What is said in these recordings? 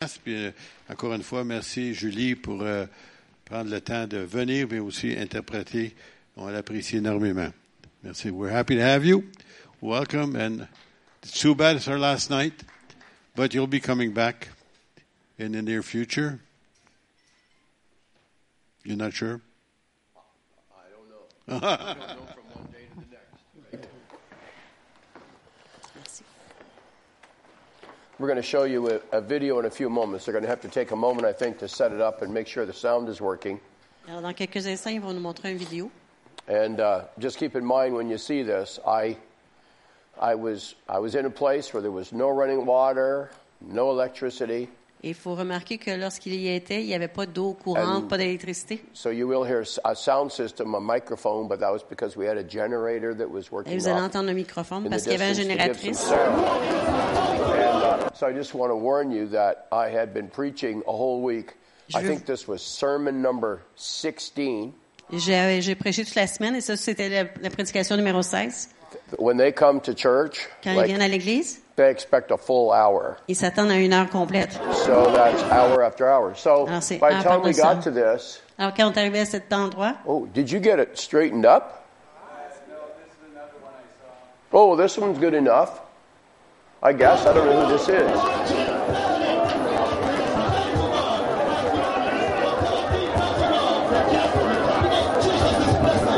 place. Puis euh, encore une fois, merci Julie pour euh, prendre le temps de venir, mais aussi interpréter. On l'apprécie énormément. Merci. We're happy to have you. Welcome. And it's too bad it's our last night, but you'll be coming back in the near future. You're not sure? I don't know. We're going to show you a, a video in a few moments. They're going to have to take a moment, I think, to set it up and make sure the sound is working. Alors, dans quelques instants, ils vont nous montrer une vidéo. And uh, just keep in mind when you see this, I, I was I was in a place where there was no running water, no electricity, Et il faut remarquer que lorsqu'il y était, il n'y avait pas d'eau courante, Euh, pas d'électricité. so you will hear a sound system, a microphone, but that was because we had a generator that was working. Et vous allez off entendre le microphone in the parce qu'il y avait un distance to give some génératrice. sound. And, uh, so I just want to warn you that I had been preaching a whole week. Je I veux- think this was sermon number 16. J'ai j'ai prêché toute la semaine et ça, c'était la, la prédication numéro 16. When they come to church, Quand ils like, viennent à l'église, they expect a full hour. ils s'attendent à une heure complète. So that's hour after hour. So Alors, c'est by heure the time par we got personne. to this, Alors, quand on est arrivé à cet endroit, oh, did you get it straightened up? Oh, this one's good enough. I guess. I don't know who this is.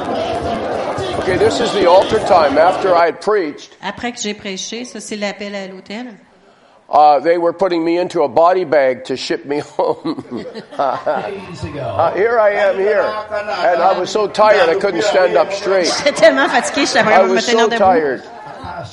Okay, this is the altar time. After I had preached, après que j'ai prêché, ça, c'est l'appel à l'hôtel. uh, they were putting me into a body bag to ship me home. days ago. Uh, here I am here, and I was so tired I couldn't stand up straight. J'étais tellement fatiguée, j'étais I vraiment me was so tenir debout. tired.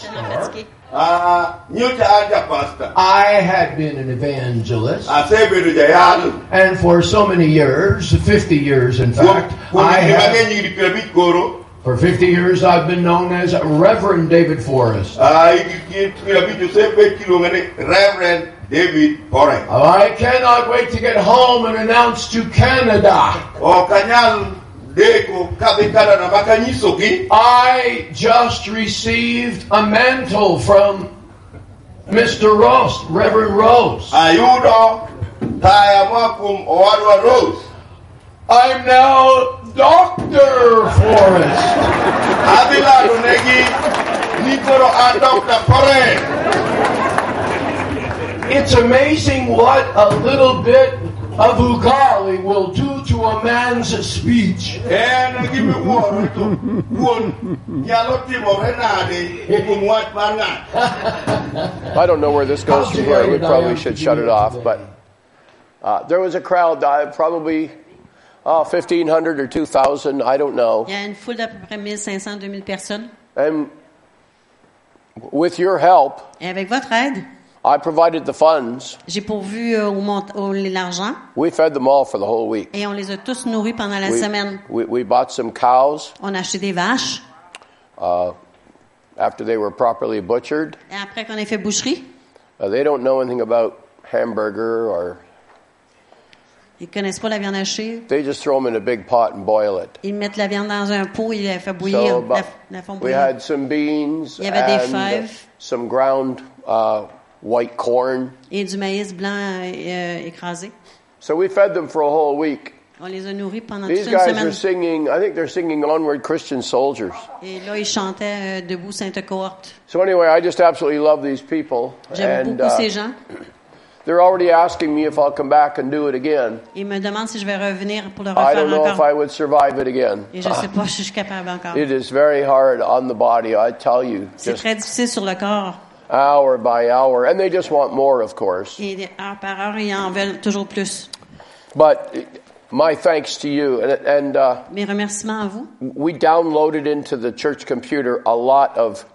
Tellement fatiguée. Uh, You charge the pastor. I had been an evangelist, I say we do the hand. and for so many years, 50 years in fact, I When have, you give a big goro, for 50 years I've been known as Reverend David Forrest. I give a big Joseph Kilo, Reverend David Forrest. I cannot wait to get home and announce to Canada. O kanyal deko kabe kala na bakanyisoki. I just received a mantle from Mr. Ross, Reverend Rose. Ayudo taya wakum owadwa rose. I'm now Dr. Forrest. Abila donegi nikoro a Dr. Forrest. It's amazing what a little bit of ugali will do to a man's speech. And give me water to one. Yalo timo renade kumwat mangat. I don't know where this goes to here. We probably should shut it off. But uh, there was a crowd, uh, probably uh, 1,500 or 2,000, I don't know. Il y a une foule d'à peu près 1500, 2000 personnes. And with your help, Et avec votre aide, I provided the funds. j'ai pourvu euh, au mont- au- l'argent We fed them all for the whole week. et on les a tous nourris pendant la We, semaine. we, we bought some cows On a acheté des vaches. after they were properly butchered. Et après qu'on ait fait boucherie, Uh, they don't know anything about hamburger or ils connaissent pas la viande hachée. they just throw them in a big pot and boil it. Ils mettent la viande dans un pot, ils la font bouillir. So, la, but la font bah, we bouillir. had some beans Il y avait des and uh, fèves. some ground uh, white corn. Et du maïs blanc euh, euh, écrasé. So we fed them for a whole week. On les a nourris pendant toute These une guys are semaine. singing, I think they're singing Onward Christian Soldiers. Et là, ils chantaient euh, Debout Sainte Cohorte. So anyway, I just absolutely love these people. J'aime And beaucoup uh, ces gens. they're already asking me if I'll come back and do it again. Ils me demandent si je vais revenir pour le I refaire don't know if encore. I would survive it again. Et je sais pas si je suis capable encore. It is very hard on the body, I tell you, C'est just très difficile sur le corps. hour by hour. And they just want more, of course. Et heure par heure, ils en veulent toujours plus. But uh, my thanks to you. And, and uh, Mes remerciements à vous. we downloaded into the church computer a lot of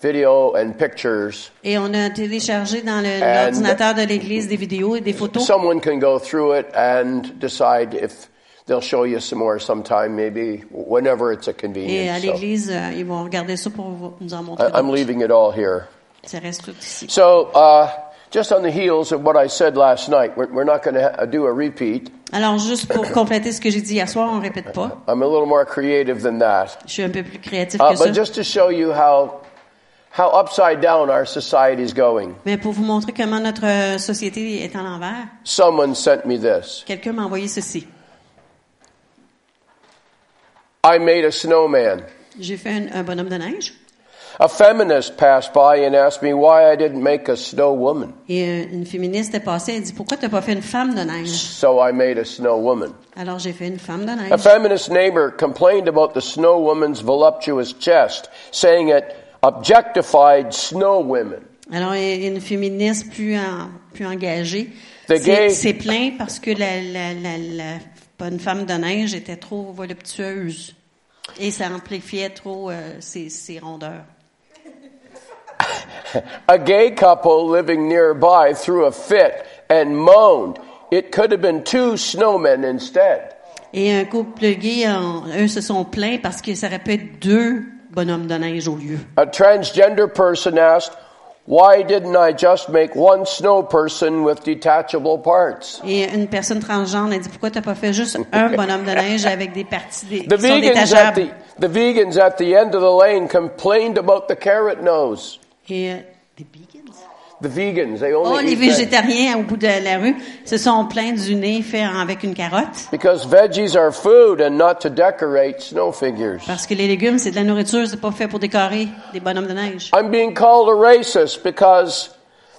video and pictures. Et on a téléchargé dans le- And- l'ordinateur de l'Église des vidéos et des photos. Someone can go through it and decide if they'll show you some more sometime, maybe whenever it's a Et à convenience. So, l'Église, euh, ils vont regarder ça pour vous- nous en montrer I- I'm d'autres. leaving it all here. Ça reste tout ici. So, uh, just on the heels of what I said last night, we're, we're not going to ha- uh, do a repeat. Alors, juste pour compléter ce que j'ai dit hier soir, on répète pas. I'm a little more creative than that. Je suis un peu plus créatif Uh, que ça. but just to show you how how upside down our society is going. Mais pour vous montrer comment notre euh, société est à l'envers, Someone sent me this. quelqu'un m'a envoyé ceci. I made a snowman. J'ai fait un, un bonhomme de neige A feminist passed by and asked me why I didn't make a snow woman. et euh, une féministe est passée et dit pourquoi t'as pas fait une femme de neige So I made a snow woman. Alors j'ai fait une femme de A neige. feminist neighbor complained about the snow woman's voluptuous chest, saying it objectified snow women. Alors et- une féministe plus en- plus engagée The gay- s'est s'est plaint parce que la, la, la, la bonne femme de neige était trop voluptueuse et ça amplifiait trop euh, ses, ses rondeurs. A gay couple living nearby threw a fit and moaned. It could have been two snowmen instead. Et un couple gay, en- eux se sont plaints parce que ça aurait pu être deux bonhommes de neige au lieu. A transgender person asked, Why didn't I just make one snow person with detachable parts? Et une personne transgenre a dit pourquoi t'as pas fait juste un bonhomme de neige avec des parties dé- The qui sont vegans, at détachables the, the vegans at the end of the lane complained about the carrot nose. Et euh, des vegans? The vegans, they only Oh, les eat veg- végétariens au bout de la rue se sont plaints du nez fait avec une carotte because veggies are food and not to decorate snow figures. parce que les légumes c'est de la nourriture, c'est pas fait pour décorer des bonhommes de neige. I'm being called a racist because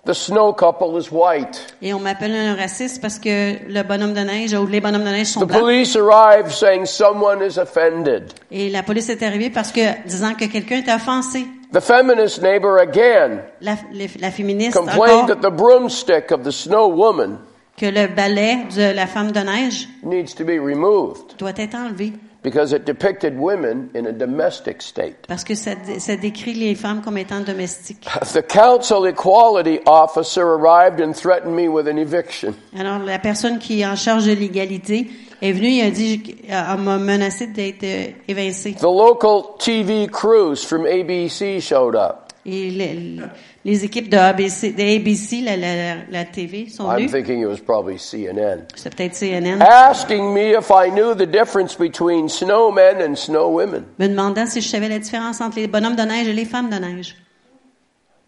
the snow couple is white. Et on m'appelle un raciste parce que le bonhomme de neige ou les bonhommes de neige sont The blancs. police arrived saying someone is offended. Et la police est arrivée parce que disant que quelqu'un était offensé. The feminist neighbor again La, les- la féministe encore, complained that the broomstick of the snow woman que le balai de la femme de neige needs to be removed doit être enlevé because it depicted women in a domestic state. parce que ça, dé- ça décrit les femmes comme étant domestiques. The council equality officer arrived and threatened me with an eviction. Alors, la personne qui est en charge de l'égalité est venue et a dit, euh, m'a menacé d'être euh, évincée. The local TV crews from ABC showed up. Et les, les équipes de ABC, de ABC la, la, la TV, sont I'm venues. thinking it was probably CNN. C'est peut-être CNN. Ah! Asking me if I knew the difference between snowmen and snow women. Me demandant si je savais la différence entre les bonhommes de neige et les femmes de neige.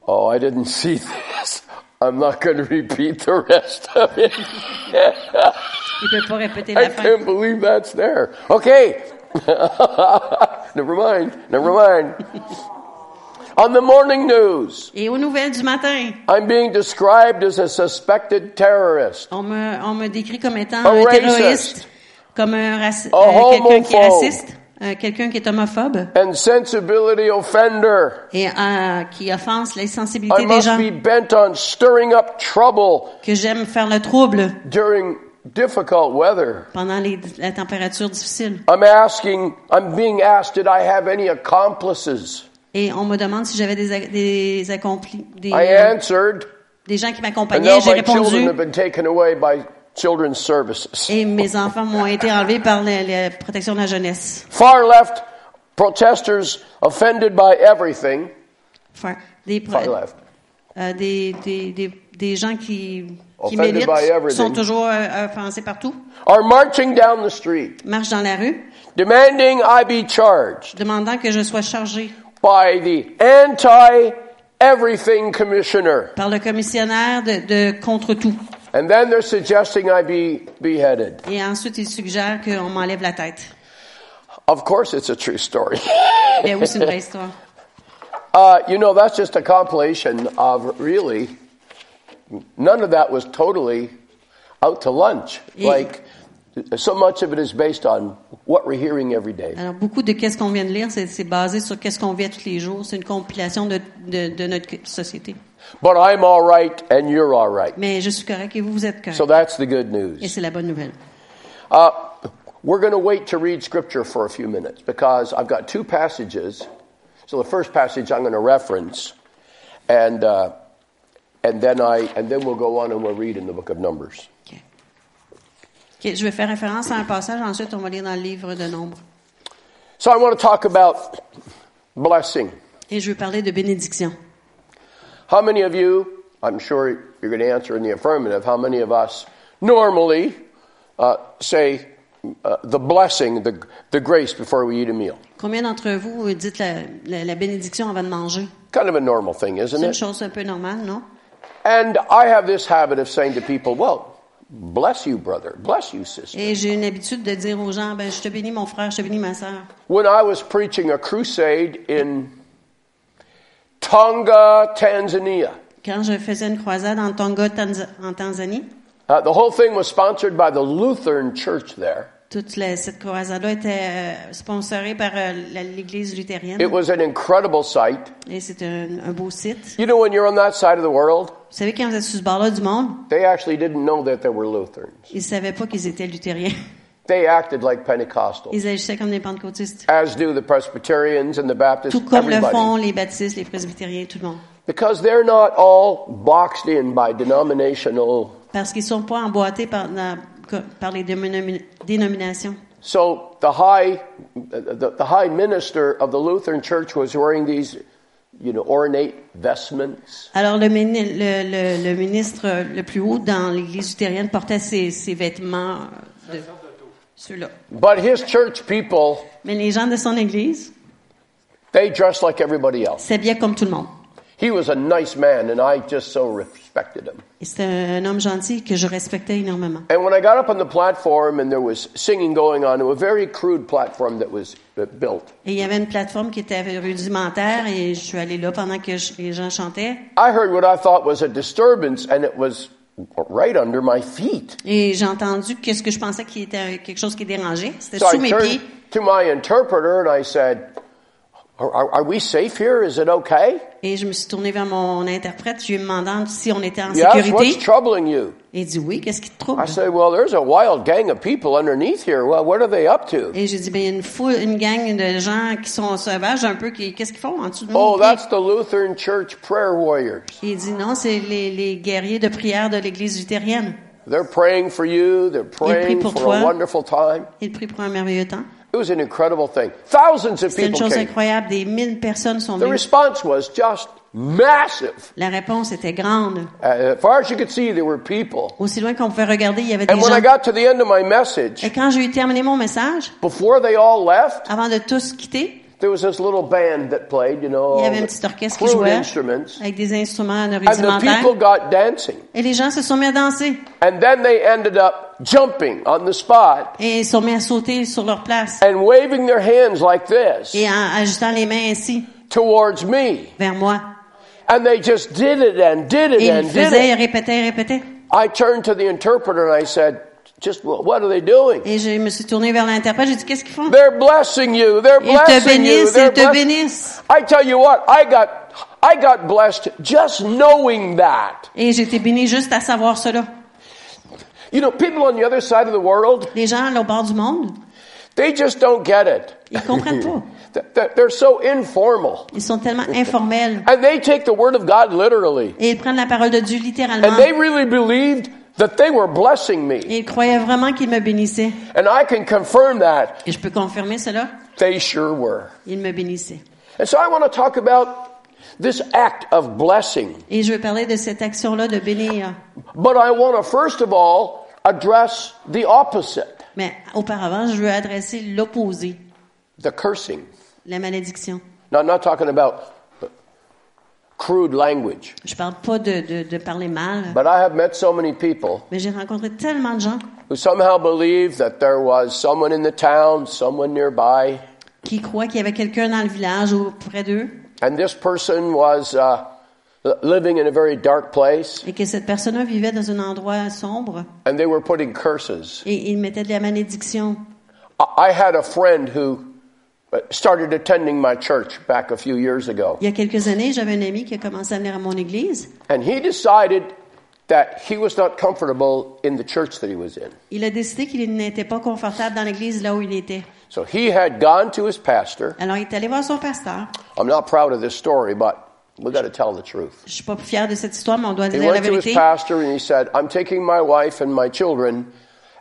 Oh, I didn't see this. I'm not going to repeat the rest of it. Il peut pas répéter I la fin. can't believe that's there. Okay. Never mind. Never mind. On the morning news, Et aux nouvelles du matin, I'm being described as a suspected terrorist, on me, on me décrit comme étant A un racist. terroriste, comme un raci- A euh, quelqu'un qui est homophobe. raciste, euh, quelqu'un qui est homophobe and sensibility offender. et euh, qui offense les sensibilités I des must gens. be bent on stirring up trouble Que j'aime faire le trouble during difficult weather. pendant les, la température difficile. I'm asking, I'm being asked, did I have any accomplices? Et on me demande si j'avais des, ac- des accomplis, des, I euh, answered, des gens qui and now m'accompagnaient. J'ai my children répondu have been taken away by children's services. et mes enfants m'ont été enlevés par la, la protection de la jeunesse. Far left protesters offended by everything. Enfin, des, pro- Far left. euh, des, des, des, des gens qui, qui Offended militent by everything. sont toujours euh, offensés partout, Are marching down the street, marchent dans la rue, demanding I be charged demandant que je sois chargé by the anti everything commissioner. par le commissionnaire de, de contre tout. And then they're suggesting I be beheaded. Et ensuite, il suggère qu'on m'enlève la tête. Of course, it's a true story. Ben oui, c'est une vraie histoire. Uh, you know, that's just a compilation of really, none of that was totally out to lunch. Yeah. Like, so much of it is based on what we're hearing every day. Alors, beaucoup de qu'est-ce qu'on vient de lire, c'est c'est basé sur qu'est-ce qu'on vit tous les jours. C'est une compilation de, de, de notre société. But I'm all right, and you're all right. Mais je suis correct et vous, vous êtes correct. So that's the good Et news. c'est la bonne nouvelle. Uh, we're going to wait to read scripture for a few minutes because I've got two passages. So the first passage I'm going to reference, and uh, and then I and then we'll go on and we'll read in the book of Numbers. OK. OK, je vais faire référence à un passage, ensuite on va lire dans le livre de Nombre. So I want to talk about blessing. Et je vais parler de bénédiction. How many of you, I'm sure you're going to answer in the affirmative, how many of us normally uh, say uh, the blessing, the, the grace before we eat a meal? euh, Combien d'entre vous dites la, la- la bénédiction avant de manger? Kind of a normal thing, isn't C'est une it? chose un peu normale, non? And I have this habit of saying to people, well, bless you, brother. Bless you, sister. Et j'ai une habitude de dire aux gens, ben, je te bénis mon frère, je te bénis ma sœur. When I was preaching a crusade in Tonga, Tanzania, Quand je faisais une croisade en Tonga, Tanz- en Tanzanie, uh, the whole thing was sponsored by the Lutheran church there. toute la- cette croisade-là était euh, sponsorée par euh, la- l'Église luthérienne. It was an incredible sight. Et c'est un, un beau site. You know, when you're on that side of the world, Vous savez, quand vous êtes sur ce bord-là du monde, they actually didn't know that there were Lutherans. ils savaient pas qu'ils étaient luthériens. They acted like Pentecostals, Ils agissaient comme des pentecôtistes. as do the Presbyterians and the Baptists, Tout comme le everybody. font les baptistes, les presbytériens, tout le monde. Because they're not all boxed in by denominational. Parce qu'ils sont pas emboîtés par, la- par les dénomi- dénominations. So the high, the, the high minister of the Lutheran Church was wearing these, you know, ornate vestments. Alors, le, mini- le- le- le ministre euh, le plus haut dans l'Église luthérienne portait ses, ses vêtements euh, de ceux-là. But his church people, Mais les gens de son Église they dressed like everybody else. s'habillaient comme tout le monde. He was a nice man, and I just so respected him. Et C'était un homme gentil que je respectais énormément. And when I got up on the platform and there was singing going on, it was a very crude platform that was uh, built. Et il y avait une plateforme qui était rudimentaire et je suis allée là pendant que je- les gens chantaient. I heard what I thought was a disturbance, and it was right under my feet. Et j'ai entendu que ce que je pensais qui était quelque chose qui dérangeait, c'était So I sous mes pieds. turned to my interpreter and I said, are, are, are we safe here? Is it okay? Et je me suis tournée vers mon interprète, je lui ai demandé si on était en Yes, what's sécurité. troubling you? Et il dit oui, qu'est-ce qui te trouble? I said, Well, there's a wild gang of people underneath here. Well, what are they up to? Et j'ai dit, ben, il y a une foule, une gang de gens qui sont sauvages un peu, qui, qu'est-ce qu'ils font en dessous de Oh, mon pied? that's the Lutheran Church prayer warriors. Il dit, non, c'est les, les guerriers de prière de l'Église luthérienne. They're praying for you, they're praying pour for a toi. wonderful time. Ils prient pour un merveilleux temps. It was an incredible thing. Thousands of C'est une people chose came. incroyable, des mille personnes sont The venues. response was just massive. La réponse était grande. Uh, as far as you could see, there were people. Aussi loin qu'on pouvait regarder, il y avait des And when I gens. got to the end of my message, Et quand j'ai eu terminé mon message, before they all left, avant de tous quitter, there was this little band that played, you know, il y all avait un the petit orchestre qui crude jouait instruments. avec des instruments And the rudimentaires. people got dancing. Et les gens se sont mis à danser And then they ended up jumping on the spot et se sont mis à sauter sur leur place and waving their hands like this et en agitant les mains ainsi towards me. vers moi. And they just did it and did it Et ils and did faisaient, it. répétaient, répétaient. I turned to the interpreter and I said, just wh- what are they doing? Et je me suis tournée vers l'interprète, j'ai dit, qu'est-ce qu'ils font? They're blessing you. They're Ils te blessing you. bénissent, They're ils te blessing. bénissent. I tell you what, I got, I got blessed just knowing that. Et j'étais bénie juste à savoir cela. You know, people on the other side of the world, Les gens là, au bord du monde, they just don't get it. ils comprennent pas. Th- th- They're so informal. Ils sont tellement informels. And they take the word of God literally. Et ils prennent la parole de Dieu littéralement. And they really believed that they were blessing me. Et ils croyaient vraiment qu'il me bénissait. And I can confirm that Et je peux confirmer cela. they sure were. Il me bénissait. And so I want to talk about this act of blessing. Et je vais parler de cette action-là de bénir. But I want to first of all address the opposite, Mais auparavant, je veux adresser l'opposé, the cursing. la malédiction. Now, I'm not talking about uh, crude language, Je parle pas de, de, de parler mal, but I have met so many people mais j'ai rencontré tellement de gens who somehow believe that there was someone in the town, someone nearby, qui croient qu'il y avait quelqu'un dans le village ou près d'eux and this person was uh, li- living in a very dark place, et que cette personne-là vivait dans un endroit sombre and they were putting curses. et il mettait de la malédiction. I I had a friend who uh, started attending my church back a few years ago, Il y a quelques années, j'avais un ami qui a commencé à venir à mon église. and he decided that he was not comfortable in the church that he was in. Il a décidé qu'il n'était pas confortable dans l'église là où il était. So he had gone to his pastor. Alors, il est allé voir son pasteur. I'm not proud of this story, but we got to tell the truth. Je suis pas fière de cette histoire, mais on doit He dire la went to his vérité. pastor and he said, I'm taking my wife and my children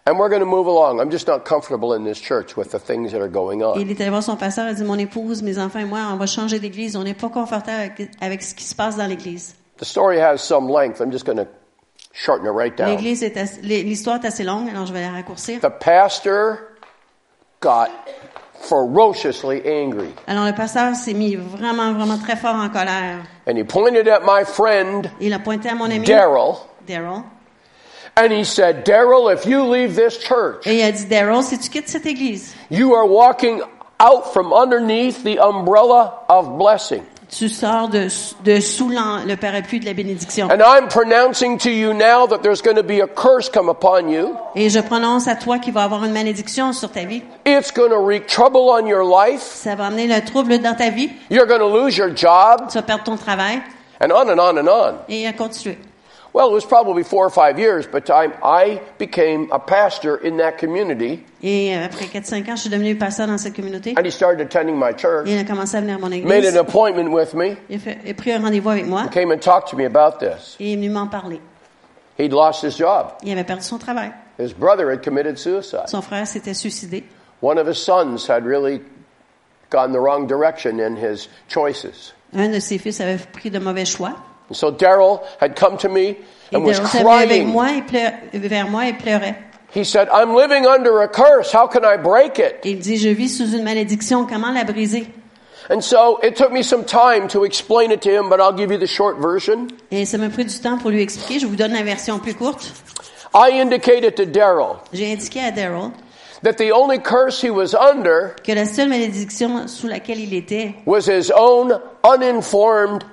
and we're going to move along. I'm just not comfortable in this church with the things that are going Et on. Il est allé voir son pasteur et a dit, mon épouse, mes enfants et moi, on va changer d'église. On n'est pas confortable avec, avec ce qui se passe dans l'église. The story has some length. I'm just going to shorten it right down. L'église est assez- l'histoire est assez longue, alors je vais la raccourcir. The pastor got ferociously angry. Alors le pasteur s'est mis vraiment, vraiment très fort en colère. And he pointed at my friend, Il a pointé à mon ami Daryl, Daryl. and he said, Daryl, if you leave this church, Et il a dit, Daryl, si tu quittes cette église, you are walking out from underneath the umbrella of blessing. tu sors de, de sous l'en- le parapluie de la bénédiction. And I'm pronouncing to you now that there's going to be a curse come upon you. Et je prononce à toi qu'il va y avoir une malédiction sur ta vie. It's going to wreak trouble on your life. Ça va amener le trouble dans ta vie. You're going to lose your job. Tu vas perdre ton travail. And on and on and on. Et il a continué. Well, it was probably four or five years, but I, I became a pastor in that community. Et euh, après 4-5 ans, je suis devenue pasteur dans cette communauté. And he started attending my Et church, il a commencé à venir à mon made an église. appointment with me, Il a, fait- il a pris un rendez-vous avec moi. came and talked to me about this. Et il est venu m'en parler. He'd lost his job. Il avait perdu son travail. His brother had committed suicide. Son frère s'était suicidé. One of his sons had really gone the wrong direction in his choices. Un de ses fils avait pris de mauvais choix. And so Daryl had come to me Et and was Daryl s'est venu avec crying. moi et pleu- vers moi et pleurait. He said, I'm living under a curse. How can I break it? Et il dit, je vis sous une malédiction. Comment la briser? And so it took me some time to explain it to him, but I'll give you the short version. Et ça m'a pris du temps pour lui expliquer. Je vous donne la version plus courte. I indicated to Daryl J'ai indiqué à Daryl that the only curse he was under que la seule malédiction sous laquelle il était, was his own uninformed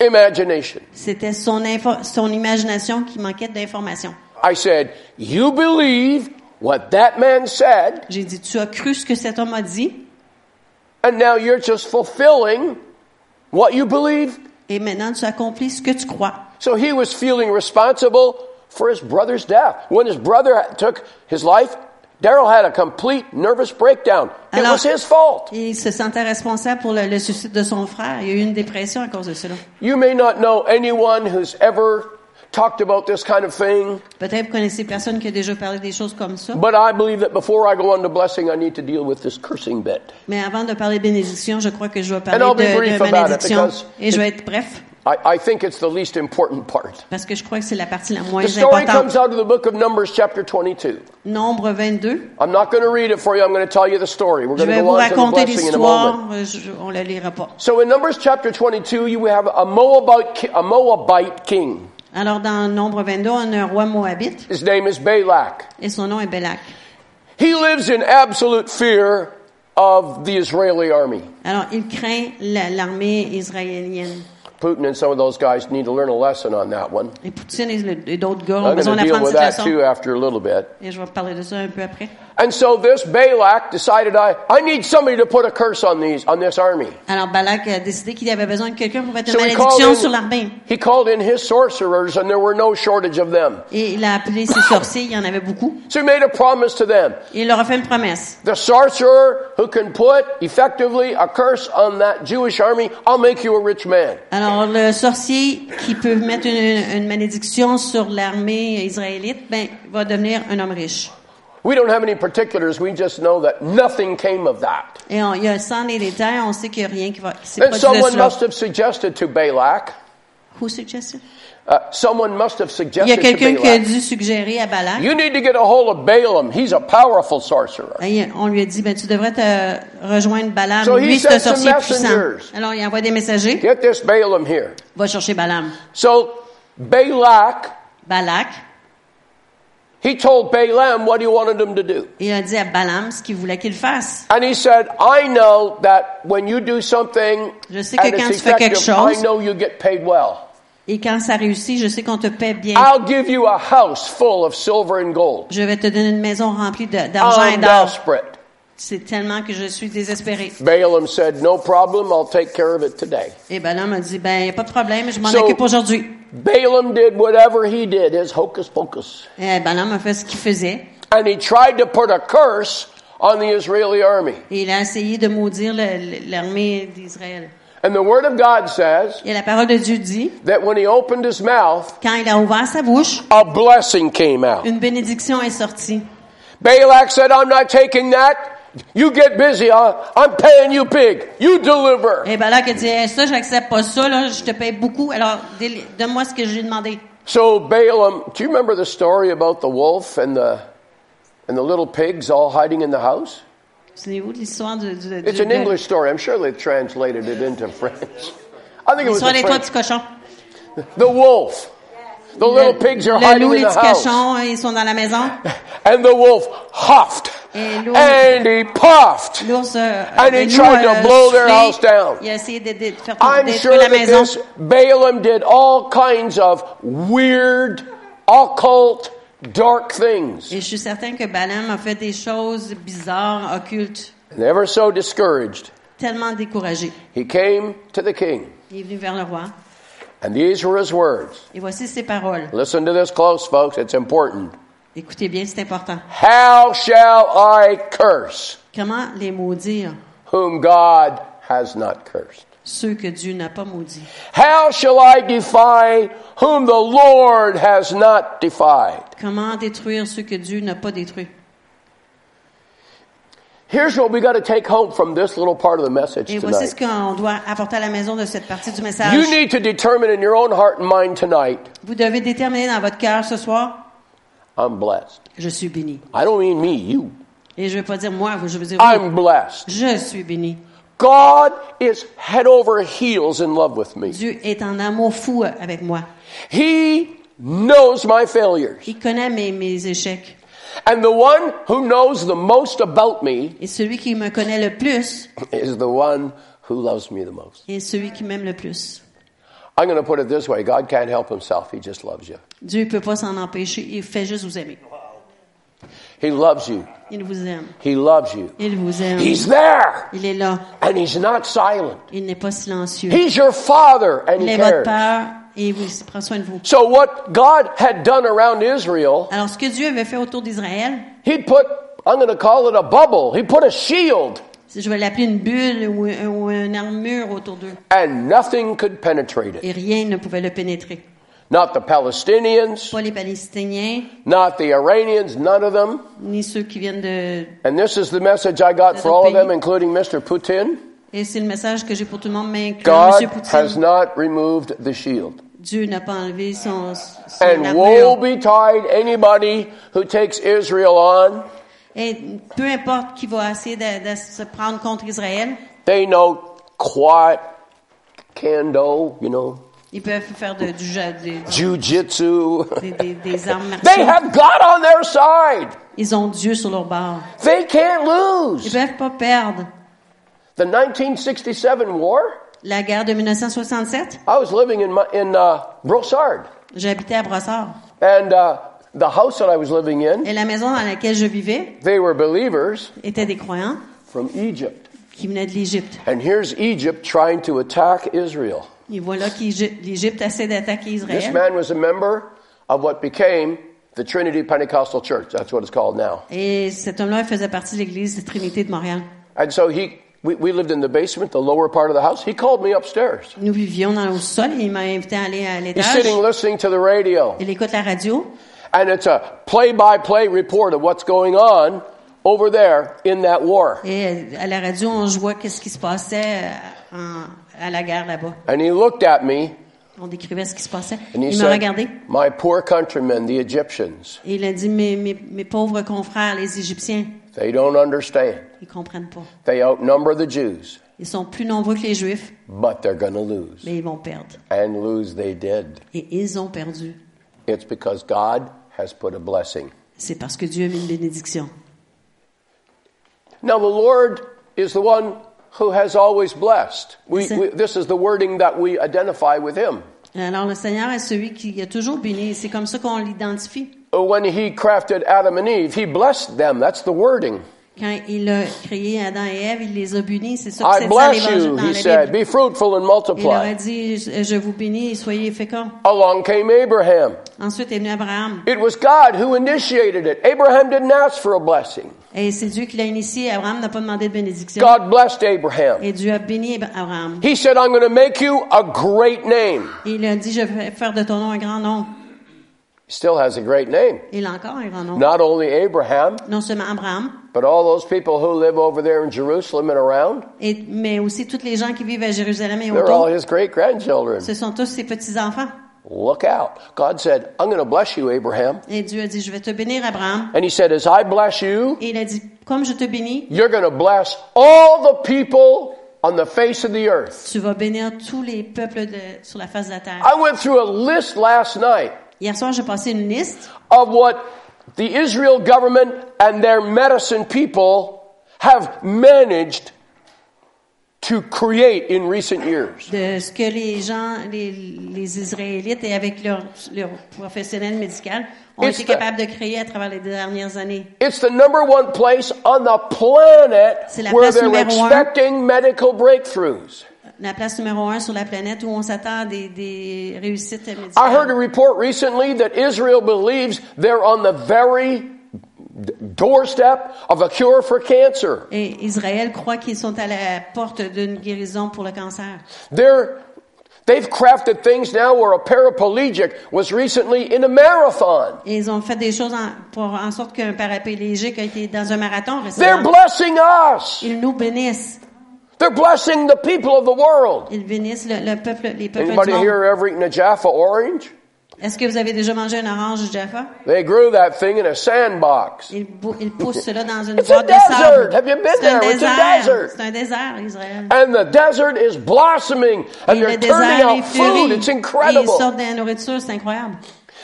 imagination. c'était son, info- son imagination qui manquait d'informations. I said, You believe what that man said, J'ai dit, tu as cru ce que cet homme a dit, and now you're just fulfilling what you believe. et maintenant tu accomplis ce que tu crois. So he was feeling responsible for his brother's death. When his brother took his life, Daryl had a complete nervous breakdown. It Alors- was his fault. Et il se sentait responsable pour le, le suicide de son frère. Il y a eu une dépression à cause de cela. You may not know anyone who's ever talked about this kind of thing, Peut-être vous connaissez personne qui a déjà parlé des choses comme ça. but I believe that before I go on to blessing, I need to deal with this cursing bit. Mais avant de parler de bénédiction, je crois que je vais And I'll parler be brief de, de about it malédiction. because Et je vais it- être bref, I, I think it's the least important part. parce que je crois que c'est la partie la moins The story comes importante. out of the book of Numbers, chapter 22. Nombre 22. I'm not going to read it for you. I'm going to tell you the story. We're Je going to vais go vous on to the raconter blessing in a moment. l'histoire. euh, je- On la lira pas. So in Numbers chapter 22, you have a Moabite, ki- a Moabite king. Alors, dans Nombre 22, on a un roi moabite His name is Balak. et son nom est Belak. He lives in absolute fear of the Israeli army. Alors, il craint la- l'armée israélienne. Putin and some of those guys need to learn a lesson on that one. Et Poutine et, le- et d'autres gars ont I'm besoin going to deal d'apprendre with cette that too leçon. after a little bit. Et je vais parler de ça un peu après. And so this Balak decided, I, I need somebody to put a curse on these on this army. Alors, Balak a décidé qu'il avait besoin de quelqu'un pour mettre une So he called, malédiction sur l'armée. in, he called in his sorcerers, and there were no shortage of them. Et il a appelé ses sorciers, il y en avait beaucoup. So he made a promise to them. Et il leur a fait une promesse. The sorcerer who can put effectively a curse on that Jewish army, I'll make you a rich man. Alors, le sorcier qui peut mettre une, une malédiction sur l'armée israélite, ben, va devenir un homme riche. We don't have any particulars, we just know that nothing came of that. Et on, il y a sans les détails, on sait qu'il n'y a rien qui va, qui s'est And produit de someone cela. must have suggested to Balak, Who suggested? uh, someone must have Il y a suggested to quelqu'un qui a Balak, dû suggérer à Balak. you need to get a hold of Balaam, he's a powerful sorcerer. Et il- On lui a dit, ben, tu devrais te rejoindre Balaam. So he Lui, c'est un sent some sorcier puissant. messengers. Alors, il envoie des messagers. Get this Balaam here. Va chercher Balaam. So Balak, Balak, he told Balaam what he wanted him to do. il a dit à Balaam ce qu'il voulait qu'il fasse. And he said, I know that when you do something Je sais que and quand it's tu fais quelque effective, I chose- know you get paid well. Et quand ça réussit, je sais qu'on te paie bien. I'll give you a house full of silver and gold. Je vais te donner une maison remplie Oh, de- d'argent et I'm d'or. desperate. C'est tellement que je suis désespéré. Balaam said, No problem, I'll take care of it today. Et Balaam a dit, ben, y a pas de problème, je m'en So- occupe aujourd'hui. Balaam did whatever he did, his hocus pocus. Et euh, Balaam a fait ce qu'il faisait. And he tried to put a curse on the Israeli army. Et il a essayé de maudire le- le- l'armée d'Israël. And the Word of God says Et la parole de Dieu dit, that when he opened his mouth, quand il a ouvert sa bouche, a blessing came out. une bénédiction est sortie. Balak said, I'm not taking that. You get busy. I- I'm paying you big. You deliver. Et Balak a dit, Eh, ça, j'accepte pas ça, là, je te paye beaucoup, alors déli- donne-moi ce que j'ai demandé. So Balaam, do you remember the story about the wolf and the and the little pigs all hiding in the house? C'est où l'histoire du... du- It's du- an de- English story. I'm sure they translated it into French. I think it was L'histoire the, des trois petits French. cochons. the wolf. The little Le- pigs are le hiding loup, in les the petits house. cochons, hein, ils sont dans la maison. And the wolf huffed. Et l'ours- And he puffed. L'ours euh, And le he loup, tried to euh, blow their soufflé. house down. Il a essayé de, de- de faire I'm détruire sure la that maison. this Balaam did all kinds of weird, occult, dark things. Et je suis certain que Balaam a fait des choses bizarres, occultes, Never so discouraged. tellement découragé. He came to the king. Il est venu vers le roi. And these were his words. Et voici ses paroles. Listen to this close, folks. It's important. Écoutez bien, c'est important. How shall I curse Comment les maudire whom God has not cursed? ceux que Dieu n'a pas maudits? How shall I defy whom the Lord has not defied? Comment détruire ceux que Dieu n'a pas détruits? Here's what we got to take home from this little part of the message Et voici ce tonight. qu'on doit apporter à la maison de cette partie du message. You need to determine in your own heart and mind tonight, Vous devez déterminer dans votre cœur ce soir, I'm blessed. je suis béni. I don't mean me, you. Et je ne veux pas dire moi, je veux dire vous. I'm blessed. je suis béni. God is head over heels in love with me. Dieu est en amour fou avec moi. He knows my failures. Il connaît mes, mes échecs. And the one who knows the most about me Et celui qui me connaît le plus is the one who loves me the most. est celui qui m'aime le plus. I'm going to put it this way God can't help himself, He just loves you. Dieu ne peut pas s'en empêcher. Il fait juste vous aimer. He loves you. Il vous aime. He loves you. Il vous aime. He's there, Il est là. and He's not silent. Il n'est pas silencieux. He's your Father, and Il He est votre cares. père et il vous- prend soin de vous. So, what God had done around Israel, Alors, ce que Dieu avait fait autour d'Israël, He put, I'm going to call it a bubble, He put a shield, si je vais l'appeler une bulle ou, un- ou une armure autour d'eux, and nothing could penetrate it. et rien ne pouvait le pénétrer. Not the Palestinians, Pas les Palestiniens, not the Iranians, none of them. ni ceux qui viennent de... And this is the message I got for all of them, including Mr. Putin. Et c'est le message que j'ai pour tout le monde, mais incluant God M. Poutine. has not removed the shield. Dieu n'a pas enlevé son, son And woe armure. betide anybody who takes Israel on. Et peu importe qui va essayer de, de se prendre contre Israël, They know quiet, kendo, you know, ils peuvent faire de, du, ja- des, jujitsu. des, des- des armes martiaux. They have God on their side. Ils ont Dieu sur leur barre. They can't Ils lose. peuvent pas perdre. The 1967 war, La guerre de 1967, I was living in, my, in uh, Brossard. j'habitais à Brossard. And uh, the house that I was living in, Et la maison dans laquelle je vivais they were believers était des croyants from Egypt. qui venaient de l'Égypte. And here's Egypt trying to attack Israel. Et voilà que l'Égypte essaie d'attaquer This Israël. man was a member of what became the Trinity Pentecostal Church. That's what it's called now. Et cet homme-là il faisait partie de l'église de Trinité de Montréal. And so he, we, we lived in the basement, the lower part of the house. He called me upstairs. Nous vivions dans le sol et il m'a invité à aller à He's l'étage. sitting listening to the radio. Il écoute la radio And it's a play by play report of what's going on over there in that war. et euh, à la radio, on voit qu'est-ce qui se passait euh, en- à la guerre là-bas. And he looked at me On décrivait ce qui se passait. and he Il m'a said, regardé My poor countrymen, the Egyptians, et il a dit, mes, mes, mes pauvres confrères, les Égyptiens, they don't understand. ils comprennent pas. They outnumber the Jews, Ils sont plus nombreux que les Juifs, but they're going to lose. mais ils vont perdre. And lose they did. Et ils ont perdu. It's because God has put a blessing. C'est parce que Dieu a mis une bénédiction. Now, the Lord is the one who has always blessed. We, Yes, sir. we, this is the wording that we identify with Him. Alors le Seigneur est celui qui a toujours béni. C'est comme ça qu'on l'identifie. Oh, When He crafted Adam and Eve, He blessed them. That's the wording. Quand il a créé Adam et Ève, il les a bénis. C'est ça I que c'est dit dans bless l'évangile you, dans He la said. Be Bible. fruitful and Il leur a multiply. dit, je je vous bénis et soyez féconds. Along came Abraham. Ensuite est venu Abraham. It was God who initiated it. Abraham didn't ask for a blessing. Et c'est Dieu qui l'a initié. Abraham n'a pas demandé de bénédiction. God blessed Abraham. Et Dieu a béni Abraham. He said, I'm going to make you a great name. Et il a dit, je vais faire de ton nom un grand nom. He still has a great name. Il a encore un grand nom. Not only Abraham, Non seulement Abraham, but all those people who live over there in Jerusalem and around. Et- mais aussi toutes les gens qui vivent à Jérusalem et They're all autour. his great grandchildren. Ce sont tous ses petits-enfants. Look out. God said, I'm going to bless you, Abraham. Et Dieu a dit, je vais te bénir, Abraham. And he said, As I bless you, Et il a dit, comme je te bénis, you're going to bless all the people on the face of the earth. tu vas bénir tous les peuples de- sur la face de la terre. I went through a list last night Hier soir, j'ai passé une liste of what the Israel government and their medicine people have managed to create in recent years. de ce que les gens, les, les Israélites et avec leur, leur professionnel médical ont It's été the- capables de créer à travers les dernières années. It's the number one place on the planet C'est la where place they're numéro un. ¿eh? expecting medical breakthroughs. La place numéro un sur la planète où on s'attend à des, des réussites médicales. I heard a report recently that Israel believes they're on the very d- doorstep of a cure for cancer. Et Israël croit qu'ils sont à la porte d'une guérison pour le cancer. They're, they've crafted things now where a paraplegic was recently in a marathon. Et ils ont fait des choses en, pour en sorte qu'un paraplégique a été dans un marathon They're récemment. blessing us. Ils nous bénissent. They're blessing the people of the world. Ils bénissent le, le peuple, les peuples Anybody du monde. here ever eaten a Jaffa orange? Est-ce que vous avez déjà mangé un orange Jaffa? They grew that thing in a sandbox. Ils, bou- ils poussent cela dans une It's boîte de a sable. desert. Have you been C'est un there? It's a désert. desert. C'est un désert, Israël. And the desert is blossoming and le they're turning désert est out food. fleuri. It's Et Ils incredible. sortent de la nourriture, c'est incroyable.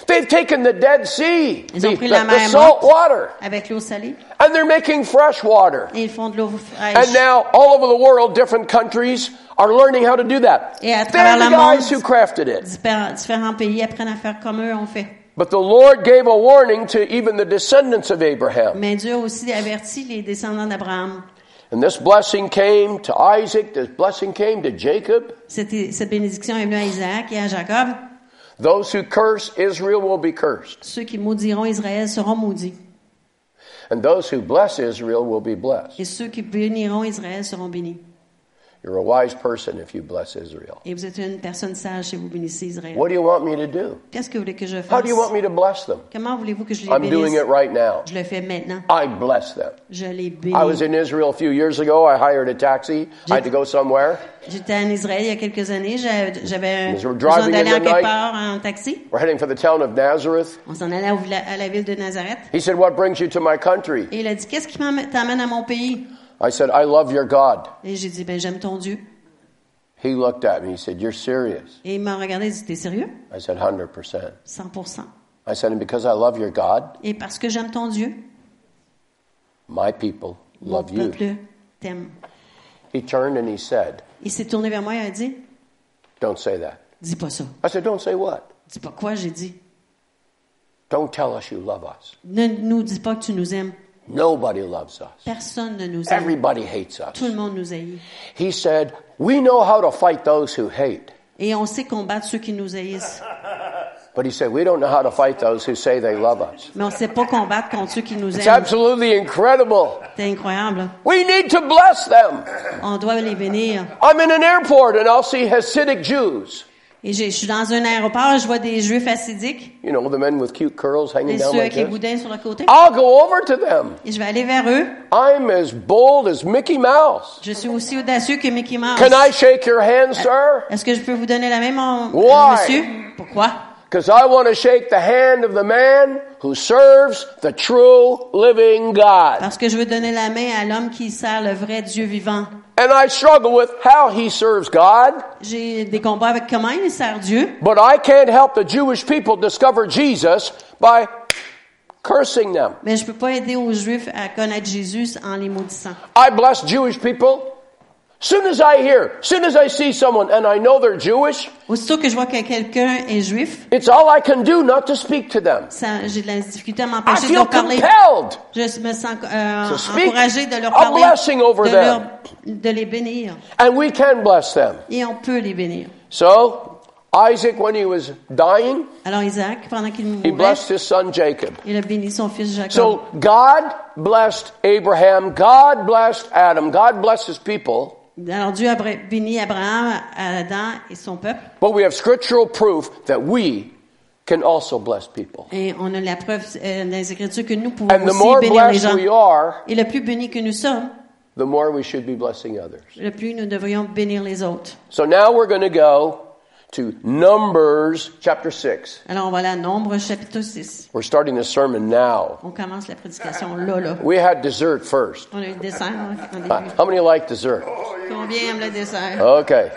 They've taken the Dead Sea, the, Ils ont pris the- la the mer salt morte water, avec l'eau salée and they're making fresh water. et ils font de l'eau fraîche. And now, all over the world, different countries are learning how to do that. Et à They're travers the le guys who monde. crafted it. Différents, différents pays apprennent à faire comme eux ont fait. But the Lord gave a warning to even the descendants of Abraham. Mais Dieu a aussi averti les descendants d'Abraham. And this blessing came to Isaac, this blessing came to Jacob. Cette, cette bénédiction est venue à Isaac et à Jacob. Those who curse Israel will be cursed, Ceux qui maudiront Israël seront maudits. and those who bless Israel will be blessed. Et ceux qui béniront Israël seront bénis. You're a wise person if you bless Israel. Et vous êtes une personne sage si vous bénissez Israël. What do you want me to do? Qu'est-ce que vous voulez que je How fasse? do you want me to bless them? Comment voulez-vous que je les I'm doing bénisse? it right now. Je le fais maintenant. I bless them. Je les I was bénis. in Israel a few years ago. I hired a taxi. I had to go somewhere. J'étais en Israël il y a quelques années. J'a- J'avais As we're besoin driving d'aller in en the quelque night- part en taxi. We're heading for the town of Nazareth. On s'en allait au villa- à la ville de Nazareth. He said, What brings you to my country? Et il a dit, qu'est-ce qui m'emmène- t'emmène à mon pays? I said, I love your God. Et j'ai dit, ben j'aime ton Dieu. He looked at me. He said, You're serious? Et il m'a regardé et dit, t'es sérieux? I said, 100%. 100%. I said, And because I love your God, Et parce que j'aime ton Dieu, my people mon love you. peuple t'aime. He turned and he said, Il s'est tourné vers moi et a dit, Don't say that. dis pas ça. I said, Don't say what? Dis pas quoi, j'ai dit. Don't tell us you love us. Ne nous dis pas que tu nous aimes. Nobody loves us. Personne ne nous aime. Everybody hates us. Tout le monde nous haït. He said, We know how to fight those who hate. Et on sait combattre ceux qui nous haïssent. But he said, We don't know how to fight those who say they love us. Mais on sait pas combattre contre ceux qui nous It's aiment. absolutely incredible. C'est incroyable. là. We need to bless them. On doit les bénir. I'm in an airport and I'll see Hasidic Jews. Et j'ai- je suis dans un aéroport, je vois des juifs assidiques, You know, the men with cute curls hanging et down ceux like avec les this. boudins sur le côté. I'll go over to them. Et je vais aller vers eux. I'm as bold as Mickey Mouse. Je suis aussi audacieux que Mickey Mouse. Can I shake your hand, sir? Est-ce que je peux vous donner la même, mon- Why? monsieur? Pourquoi? Because I want to shake the hand of the man who serves the true living God. Parce que je veux donner la main à l'homme qui sert le vrai Dieu vivant. And I struggle with how he serves God. J'ai des combats avec comment il sert Dieu, But I can't help the Jewish people discover Jesus by cursing them. mais je peux pas aider aux Juifs à connaître Jésus en les maudissant. I bless Jewish people. Soon as I hear, soon as I see someone and I know they're Jewish, Aussitôt que je vois que quelqu'un est juif, it's all I can do not to speak to them. ça- j'ai de la difficulté à I m'empêcher de feel leur parler. compelled. Je me sens euh, To speak encouragée de leur a parler, blessing over de, them. leur- de les bénir. And we can bless them. Et on peut les bénir. So, Isaac, when he was dying, Alors Isaac, pendant qu'il he mourait, blessed his son Jacob. il a béni son fils Jacob. So, God blessed Abraham, God blessed Adam, God blessed his people. Alors Dieu a br- béni Abraham, Adam et son peuple. But we have scriptural proof that we can also bless people. Et on a la preuve euh, dans les Écritures que nous pouvons And the aussi more bénir les gens. blessed we are, Et le plus béni que nous sommes, the more we should be blessing others. le plus nous devrions bénir les autres. So now we're going to go to Numbers chapter 6. Alors, on va aller à Nombre, chapitre 6. We're starting the sermon now. On commence la prédication là, là. We had dessert first. On a eu le dessert hein, en Uh, début. How many like dessert? Combien aime le Ah. dessert? Okay.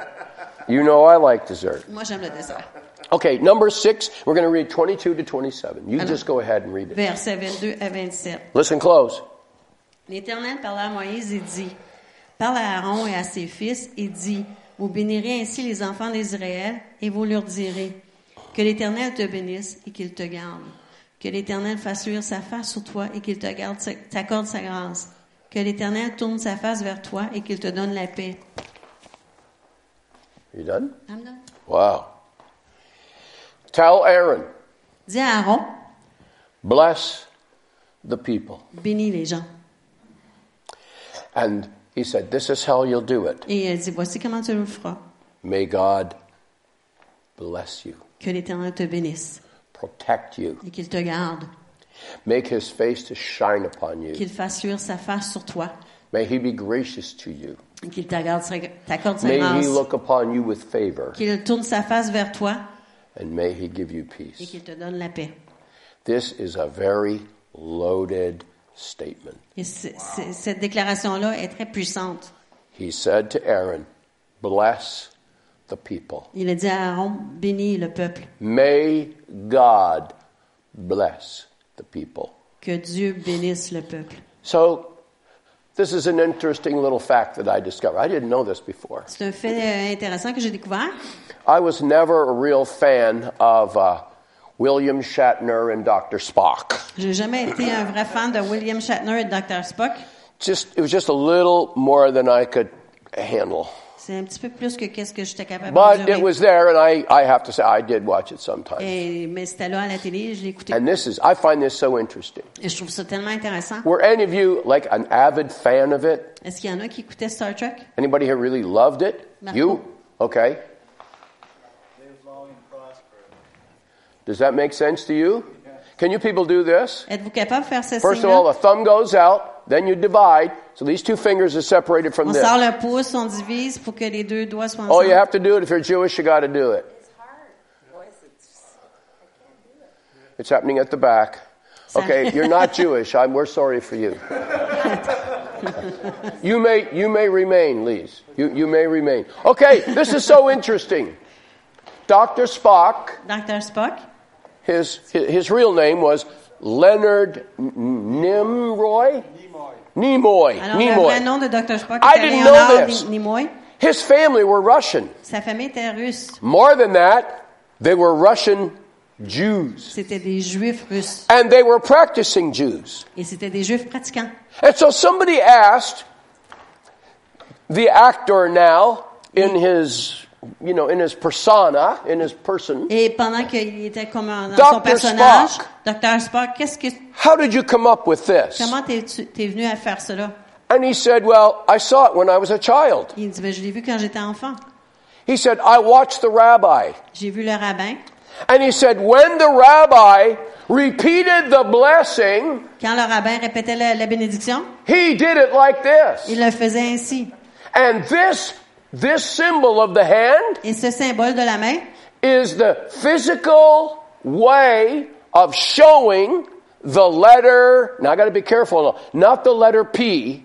You know I like dessert. Moi, j'aime le dessert. Okay, number 6, we're going to read 22 to 27. You just go ahead and read it. Versets 22 à 27. Listen close. L'Éternel parla à Moïse et dit, Parle à Aaron et à ses fils et dit, Vous bénirez ainsi les enfants d'Israël et vous leur direz, Que l'Éternel te bénisse et qu'il te garde. Que l'Éternel fasse luire sa face sur toi et qu'il te garde, sa- t'accorde sa grâce. Que l'Éternel tourne sa face vers toi et qu'il te donne la paix. You done? I'm done. Wow. Tell Aaron, Dis à Aaron, bless the people. bénis les gens. And he said, This is how you'll do it. Et euh, dis, voici comment tu le feras. May God bless you, Que l'Éternel te bénisse protect you, et qu'il te garde. make his face to shine upon you, Qu'il fasse luire sa face sur toi may he be gracious to you, et qu'il t'agarde sa- t'accorde sa may grâce. he look upon you with favor, Qu'il tourne sa face vers toi and may he give you et peace. qu'il te donne la paix. This is a very loaded statement. Et c'est- c'est- cette déclaration-là est très puissante. He said to Aaron, Bless the people. Il a dit à Aaron, bénis le peuple. May God bless the people. Que Dieu bénisse le peuple. So, this is an interesting little fact that I discovered. I didn't know this before. C'est un fait euh, intéressant que j'ai découvert. I was never a real fan of uh, William Shatner and Dr. Spock. J'ai jamais été un vrai fan de William Shatner et de Dr. Spock. Just it was just a little more than I could handle. C'est un petit peu plus que qu'est-ce que j'étais capable de But dire. it was there, and I, I have to say I did watch it sometimes. Et- mais c'était là à la télé, je l'ai écouté. And this is I find this so interesting. Et je trouve ça tellement intéressant. Were any of you like an avid fan of it? Est-ce qu'il y en a qui écoutaient Star Trek? Anybody here really loved it? No. You? Okay. Does that make sense to you? Can you people do this? Êtes-vous capable de faire ce First of signe-là? all, the thumb goes out, then you divide. So these two fingers are separated from On this. sort le pouce, on divise pour que les deux doigts soient Oh, ensemble. you have to do it. If you're Jewish, you got to do it. It's hard, boys. It's It's happening at the back. Sorry. Okay, you're not Jewish. I'm, we're sorry for you. you may you may remain, Lise. You you may remain. Okay, this is so interesting. Dr. Spock, Dr. Spock, his his, his real name was Leonard N- Nimroy. Nimoy. Alors, le vrai Nimoy. nom de Dr. Spock I était didn't know Leonard this. Ni- Nimoy. His family were Russian. Sa famille était russe. More than that, they were Russian Jews, C'était des juifs russes. and they were practicing Jews. Et c'était des juifs pratiquants. And so somebody asked the actor now in his you know in his persona in his person Et pendant qu'il était comme en- dans son Dr. personnage, Spock. Dr. Spock, qu'est-ce que, how did you come up with this comment t'es, tu- t'es venu à faire cela? and he said well i saw it when i was a child Il dit, ben, je l'ai vu quand j'étais enfant. he said i watched the rabbi J'ai vu le rabbin. and he said when the rabbi repeated the blessing Quand le rabbin répétait la, la bénédiction, he did it like this il le faisait ainsi. and this this symbol of the hand Et ce symbole de la main, is the physical way of showing the letter. Now I got to be careful. Not the letter P,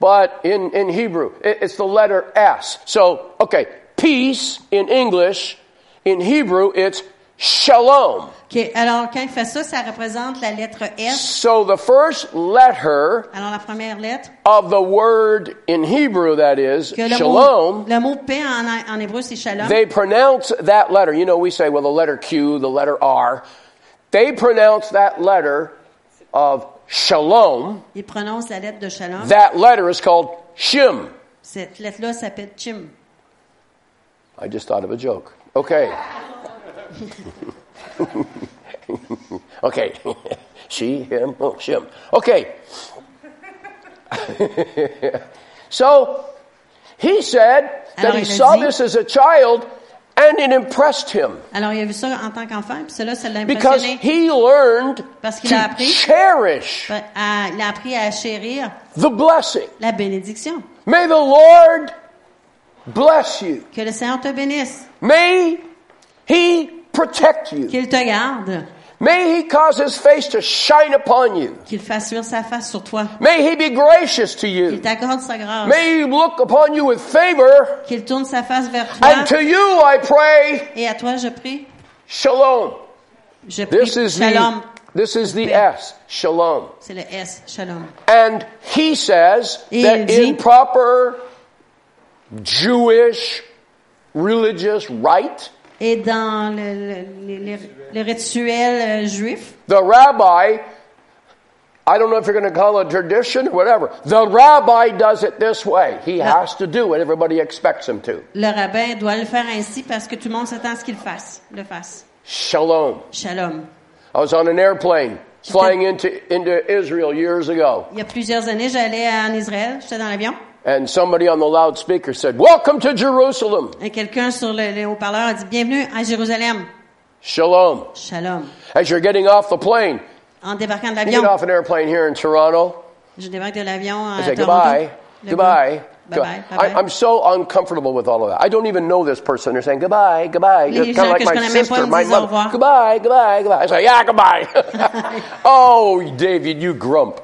but in in Hebrew it- it's the letter S. So okay, peace in English, in Hebrew it's shalom. qui- alors quand il fait ça, ça représente la lettre S. So the first letter Alors la première lettre, of the word in Hebrew that is que le mot, shalom. le mot paix en, en hébreu, c'est shalom. They pronounce that letter. You know, we say, well, the letter Q, the letter R. They pronounce that letter of shalom. Il prononce la lettre de shalom. That letter is called shim. Cette lettre-là s'appelle chim. I just thought of a joke. Okay. okay. she, him, oh, shim. Okay. so he said that Alors, he il a saw dit- this as a child and it impressed him. Alors, il a vu ça en tant qu'enfant, puis cela, ça l'a Because impressionné. he learned Parce qu'il a to appris. cherish À- il a appris à chérir the blessing. la bénédiction. May the Lord bless you. Que le Seigneur te bénisse. May he protect you. Qu'il te garde, May he cause his face to shine upon you. qu'il fasse huir sa face sur toi, May he be gracious to qu'il you. t'accorde sa grâce, May he look upon you with favor. qu'il tourne sa face vers toi. And to you I pray, Et à toi, je prie, shalom. je prie, This is shalom. the, this is the S, shalom. C'est le S, shalom. And he says Et il that dit- in proper Jewish religious rite, Et dans le, le- le- le- le rituel euh, juif, the rabbi, I don't know if you're going to call it tradition or whatever, the rabbi does it this way. He has to do what everybody expects him to. le rabbin doit le faire ainsi parce que tout le monde s'attend à ce qu'il fasse, le fasse. Shalom. Shalom. I was on an airplane flying into, into Israel years ago, Il y a plusieurs années, j'allais en Israël, j'étais dans l'avion, and somebody on the loudspeaker said, Welcome to Jerusalem. et quelqu'un sur le, le haut-parleur a dit Bienvenue à Jérusalem. Shalom. Shalom. As you're getting off the plane, En débarquant de you get l'avion, off an airplane here in Toronto. je débarque de l'avion I à say Toronto. goodbye. Le Goodbye. Bye bye. bye, I, bye. I'm so uncomfortable with all of that. I don't even know this person. They're saying goodbye, goodbye. Les It's kind of gens like que je my connais même pas sister, me my disent au mother. revoir. Goodbye, goodbye, goodbye. I say, yeah, goodbye. oh, David, you grump.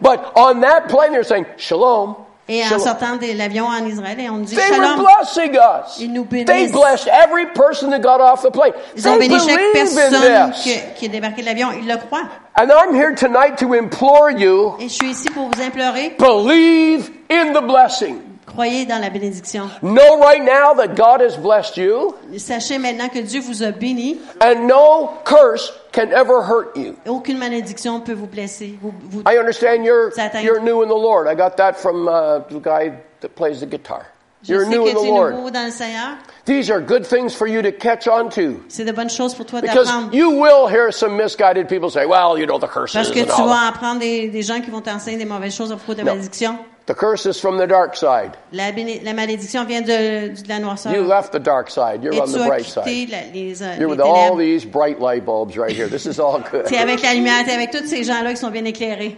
But on that plane, they're saying shalom. et en shalom. sortant de l'avion en Israël, et on nous dit They were Shalom. blessing us. Ils nous They bénissent. blessed every person that got off the plane. Ils ont they béni chaque believe in personne this. que- qui est débarquée de l'avion. Ils le croient. And I'm here tonight to implore you, Et je suis ici pour vous implorer, believe in the blessing. croyez dans la bénédiction. Know right now that God has blessed you. Sachez maintenant que Dieu vous a béni. And no curse can ever hurt you. Aucune malédiction ne peut vous blesser. Vous, vous- I understand you're Satan. you're new in the Lord. I got that from uh, the guy that plays the guitar. je You're sais new in que the tu es Lord. nouveau dans le Seigneur. These are good things for you to catch on to C'est de bonnes choses pour toi d'apprendre. because you will hear some misguided people say, "Well, you know the curse Parce is que tu and all that." vas apprendre des, des gens qui vont t'enseigner des mauvaises choses à propos de la Non. malédiction. The curse is from the dark side. La, béné- la malédiction vient de, de la noirceur. You left the dark side. You're Et on tu the as bright quitté side. la- les, euh, You're les with all ténèbres. these bright light bulbs right here. This is all good. T'es avec la lumière, t'es avec tous ces gens-là qui sont bien éclairés.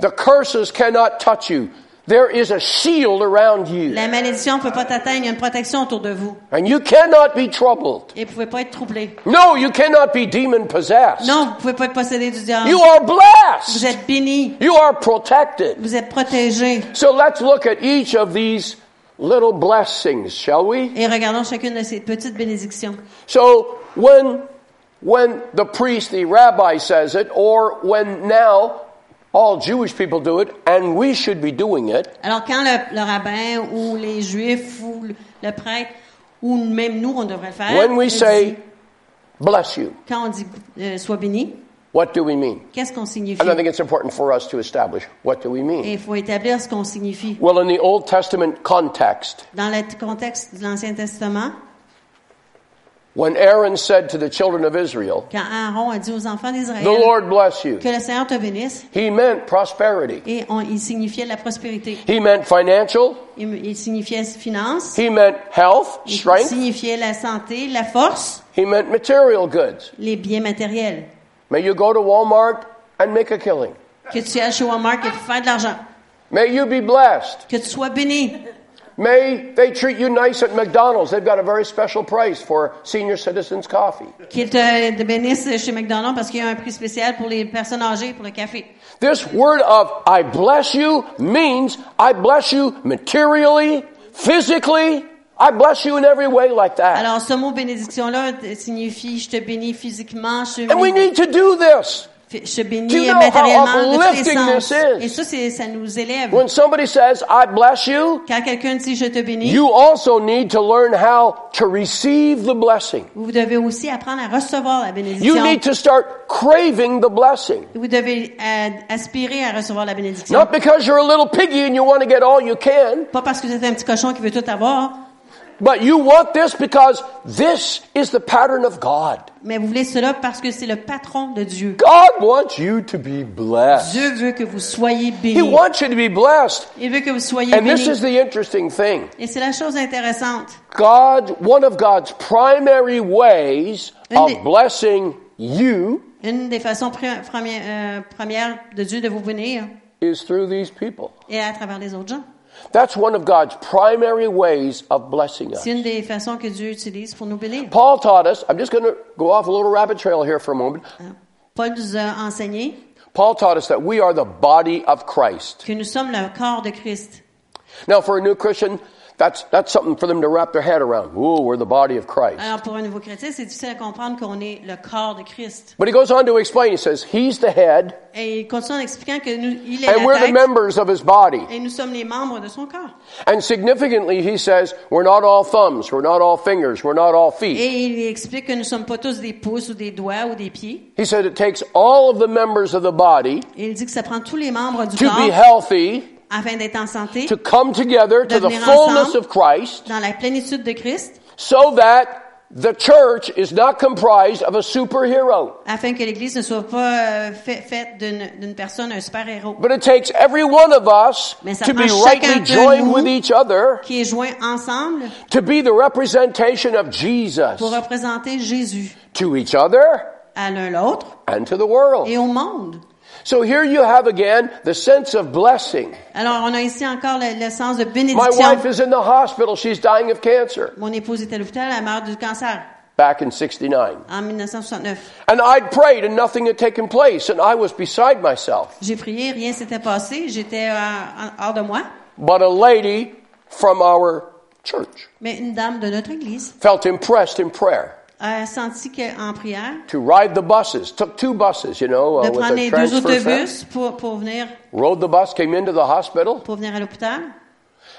The curses cannot touch you. There is a shield around you, La malédiction ne peut pas t'atteindre, il y a une protection autour de vous. and you cannot be troubled. Et vous pouvez pas être troublé. No, you cannot be demon possessed. Non, vous pouvez pas être possédé du diable. You are Vous blessed. êtes béni, You are protected. vous êtes protégé. So let's look at each of these little blessings, shall we? Et regardons chacune de ces petites bénédictions. So when when the priest, the rabbi says it, or when now all Jewish people do it, and we should be doing it, Alors quand le, le rabbin ou les juifs ou le, le prêtre ou même nous, on devrait le faire. when we il say dit- bless you, quand on dit euh, sois béni, what do we mean? qu'est-ce qu'on signifie? And I think it's important for us to establish what do we Et mean. il faut établir ce qu'on signifie. Well, in the Old Testament context, Dans le contexte de l'Ancien Testament, when Aaron said to the children of Israel, quand Aaron a dit aux enfants d'Israël The Lord bless you. que le Seigneur te bénisse, He meant prosperity. et on, il signifiait la prospérité. He meant financial. Il, il signifiait finance. He meant health, Il strength. signifiait la santé, la force, He meant material goods. les biens matériels. May you go to Walmart and make a killing. Que tu ailles chez Walmart et faire de l'argent. May you be blessed. Que tu sois béni. May they treat you nice at McDonald's. They've got a very special price for senior citizens coffee. Qu'ils te te bénissent chez McDonald's parce qu'il y a un prix spécial pour les personnes âgées pour le café. This word of I bless you means I bless you materially, physically. I bless you in every way like that. Alors, ce mot bénédiction-là t- signifie je te bénis physiquement, je te And we bénis, need to do this. fi- je te bénis Do Eh you know matériellement how de tous les uplifting sens. this is? Et ça, c'est- ça nous élève. When somebody says, I bless you, Quand quelqu'un dit je te bénis, You also need to learn how to receive the blessing. vous devez aussi apprendre à recevoir la bénédiction. You need to start craving the blessing. Vous devez euh, aspirer à recevoir la bénédiction. Not because you're a little piggy and you want to get all you can, Pas parce que vous êtes un petit cochon qui veut tout avoir, but you want this because this is the pattern of God. mais vous voulez cela parce que c'est le patron de Dieu. God wants you to be blessed. Dieu veut que vous soyez He bénis. wants you to be blessed. Il veut que vous soyez And this bénis. is the interesting thing. Et c'est la chose intéressante. God, one of God's primary ways of Une- blessing you Une des façons pri- premi- euh, premières de Dieu de vous bénir is through these people. est à travers les autres gens. That's one of God's primary ways of blessing us. C'est une des façons que Dieu utilise pour nous bénir. Paul taught us, I'm just going to go off a little rabbit trail here for a moment. Hein? Paul nous a enseigné Paul taught us that we are the body of Christ. que nous sommes le corps de Christ. Now, for a new Christian, that's, that's something for them to wrap their head around. Ooh, we're the body of Christ. Alors pour un nouveau chrétien, c'est difficile à comprendre qu'on est le corps de Christ. But he goes on to explain, he says, He's the head, Et il continue en expliquant que nous, il est and we're la the tête members of his body. et nous sommes les membres de son corps. And significantly, he says, We're not all thumbs, we're not all fingers, we're not all feet. Et il explique que nous ne sommes pas tous des pouces ou des doigts ou des pieds. He said it takes all of the members of the body Et il dit que ça prend tous les membres du to be corps healthy, afin d'être en santé, to come together to the Devenir fullness ensemble. of Christ, dans la plénitude de Christ, so that the church is not comprised of a superhero. afin que l'Église ne soit pas euh, fait- faite d'une d'une personne, un super-héros, But it takes every one of us Mais ça to be prend rightly chacun de joined nous. with each other qui est joint ensemble to be the representation of Jesus pour représenter Jésus to each other à l'un l'autre and to the world. et au monde. So here you have again the sense of blessing. Alors, on a ici encore le, le sens de My wife bénédiction. is in the hospital. She's dying of cancer Mon épouse était à l'hôpital, elle meurt du cancer back in 69. en 1969. And I'd prayed and nothing had taken place and I was beside myself. J'ai prié, rien s'était passé, j'étais euh, en- hors de moi. But a lady from our church Mais une dame de notre église felt impressed in prayer a senti qu'en prière, to ride the buses, took two buses, you know, de uh, with prendre a les deux transfer fare. autobus pour, pour venir Rode the bus, came into the hospital, pour venir à l'hôpital.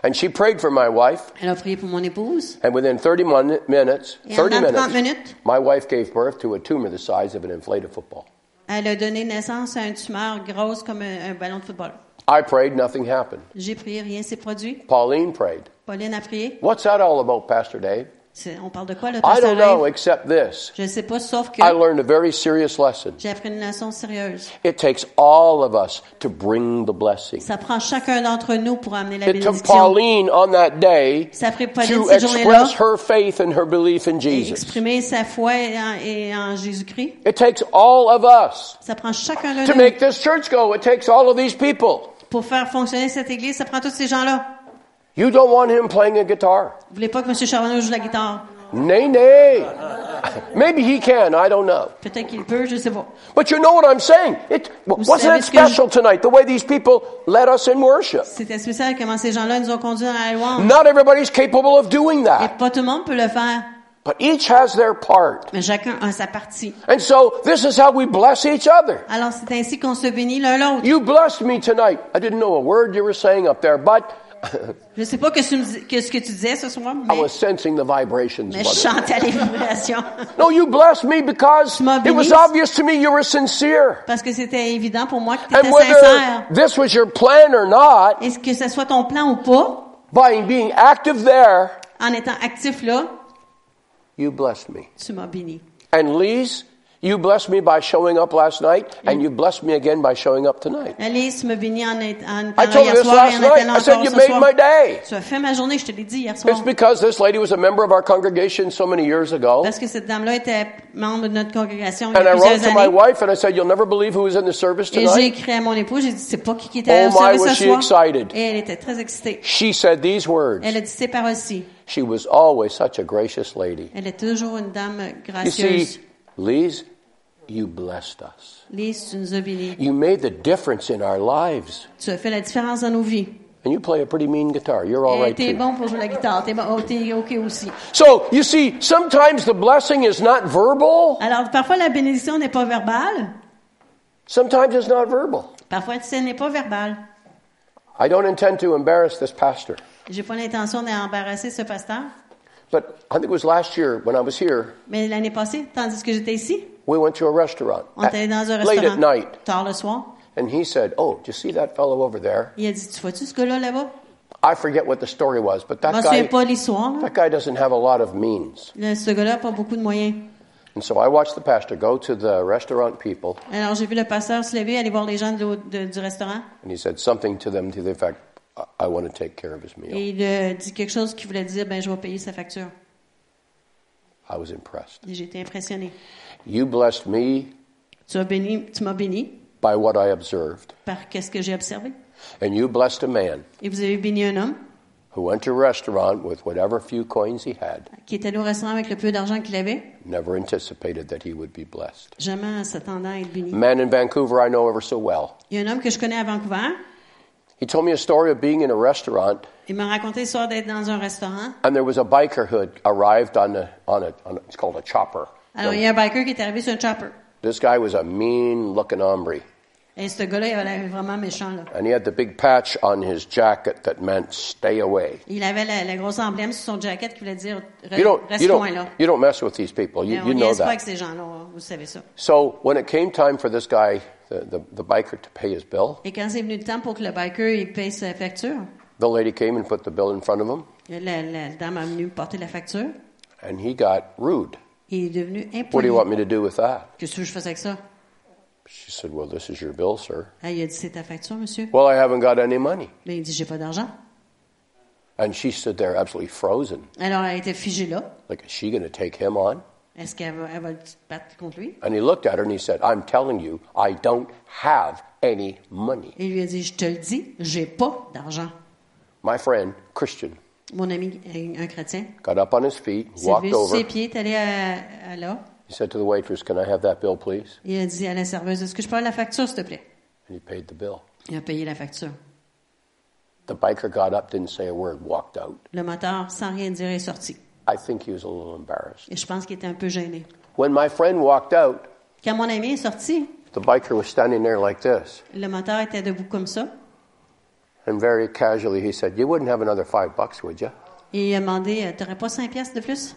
and she prayed for my wife. Elle a prié pour mon épouse. And within 30 mon- minutes, Et 30 en minutes, 30 minutes, my wife gave birth to a tumor the size of an inflated football. elle a donné naissance à une tumeur grosse comme un, un ballon de football. I prayed, nothing happened. J'ai prié, rien s'est produit. Pauline prayed. Pauline a prié. What's that all about, Pastor Dave? C'est- On parle de quoi, le I pasteur don't know, Dave? except this. Je ne sais pas, sauf que I learned a very serious lesson. j'ai appris une leçon sérieuse. It takes all of us to bring the blessing. Ça prend chacun d'entre nous pour amener la It took bénédiction. Pauline on that day Ça a pris Pauline to cette journée-là express her faith and her belief in et Jesus. exprimer sa foi et en, et en Jésus-Christ. It takes all of us Ça prend chacun to d'entre nous. make this church go. It takes all of these people. Pour faire fonctionner cette église, ça prend tous ces gens-là. You don't want him playing a guitar. Vous voulez pas que M. Charbonneau joue la guitare? Nay, nay. Maybe he can. I don't know. Peut-être qu'il peut, je sais pas. But you know what I'm saying. It wasn't savez it ce que je- special tonight the way these people led us in worship. C'était spécial comment ces gens-là nous ont conduits dans la louange. Not everybody's capable of doing Et that, pas tout le monde peut le faire, but each has their part. mais chacun a sa partie. And so this is how we bless each other. Alors c'est ainsi qu'on se bénit l'un l'autre. You blessed me tonight. I didn't know a word you were saying up there, but Je sais pas que tu me dis- que ce que tu disais ce soir, I mais, was sensing the vibrations. mais je brother. chantais les vibrations. No, you blessed me because Tu m'as it was béni. obvious to me you were sincere. Parce que c'était évident pour moi que tu And étais whether sincère. this was your plan or not, Est-ce que ce soit ton plan ou pas, by being active there, en étant actif là, you blessed me. tu m'as béni. And Lise, you blessed me by showing up last night, and you blessed me again by showing up tonight. Alice me bénit en, est- en étant I told hier you this soir et last en night. étant I encore said, You ce made soir. my day. Tu as fait ma journée, je te l'ai dit hier soir. It's because this lady was a member of our congregation so many years ago. Parce que cette dame-là était membre de notre congrégation il y And I a wrote plusieurs to my années. wife, and I said, You'll never believe who was in the service Et j'ai tonight. écrit à mon épouse, j'ai dit, c'est pas qui qui était Oh au my, service was ce she soir. excited. Et elle était très excitée. She said these words. Elle a dit ces paroles-ci. She was always such a gracious lady. Elle est toujours une dame You see, gracieuse. Lise, you blessed us. Lise, tu nous as bénis. You made the difference in our lives. Tu as fait la différence dans nos vies. And you play a pretty mean guitar. You're all Et right, t'es too. bon pour jouer la guitare. T'es bon, oh, t'es OK aussi. So, you see, sometimes the blessing is not verbal, Alors, parfois, la bénédiction n'est pas verbale. sometimes it's not verbal. Parfois, tu sais, elle n'est pas verbale. I don't intend to embarrass this pastor, J'ai pas l'intention d'embarrasser ce pasteur. but I think it was last year when I was here, Mais l'année passée, tandis que j'étais ici, we went to a restaurant on était dans un at- late at restaurant night, tard le soir. and he said, "Oh, do you see that fellow over there? Il a dit, tu vois-tu ce gars-là là-bas? I forget what the story was, but Je m'en that souviens guy, pas l'histoire. là. that guy doesn't have a lot of means." Là, ce gars-là n'a pas beaucoup de moyens. And so I watched the pastor go to the restaurant people, Alors, j'ai vu le pasteur se lever, aller voir les gens de l'au- de- du restaurant. and he said something to them to the effect, "I, I want to take care of his meal." Et il a dit quelque chose qui voulait dire, ben, je vais payer sa facture. I was impressed. Et j'ai été impressionnée. You blessed me Tu as béni, tu m'as béni by what I observed. par qu'est-ce que j'ai observé. And you blessed a man Et vous avez béni un homme who went to a restaurant with whatever few coins he had, qui est allé au restaurant avec le peu d'argent qu'il avait, never anticipated that he would be blessed. jamais en s'attendant à être béni. A man in Vancouver I know ever so well. Il y a un homme que je connais à Vancouver. He told me a story of being in a restaurant, Il m'a raconté l'histoire d'être dans un restaurant. and there was a biker who had arrived on a, on a, on a it's called a chopper. Alors, il y a un biker qui est arrivé sur un chopper. This guy was a mean looking hombre, Et ce gars-là, il avait l'air vraiment méchant, là. and he had the big patch on his jacket that meant stay away. Il avait la, la grosse emblème sur son jacket qui voulait dire Re- You don't, reste you loin don't, là. you don't mess with these people. Mais You, on you ne know niaise pas avec that. ces gens-là, hein, vous savez ça. So when it came time for this guy, the, the, the biker, to pay his bill, Et quand c'est venu le temps pour que le biker il paye sa facture, the lady came and put the bill in front of him, la, la dame a venu porter la facture. and he got rude. Il est devenu What do impoli. you want me to do with that? Qu'est-ce que je faisais avec ça? She said, Well, this is your bill, sir. Ah, il a dit c'est ta facture, monsieur. Well, I haven't got any money. Mais il dit j'ai pas d'argent. And she stood there absolutely frozen. Alors elle était figée là. Like, is she going to take him on? Est-ce qu'elle va, elle va se battre contre lui? And he looked at her and he said, I'm telling you, I don't have any money. Et il lui a dit je te le dis, j'ai pas d'argent. My friend, Christian, Mon ami, un un chrétien, got up on his feet, s'est walked levé sur over. ses He pieds, est allé à, à là. said to the waitress, Can I have that bill, please? Il a dit à la serveuse est-ce que je peux avoir la facture, s'il te plaît? And he paid the bill. Il a payé la facture. The biker got up, didn't say a word, walked out. Le moteur, sans rien dire, est sorti. I think he was a little embarrassed. Et je pense qu'il était un peu gêné. When my friend walked out, Quand mon ami est sorti, the biker was standing there like this. le moteur était debout comme ça. And very casually he said, You wouldn't have another five bucks, would you? Et il a demandé euh, T'aurais pas 5 piastres de plus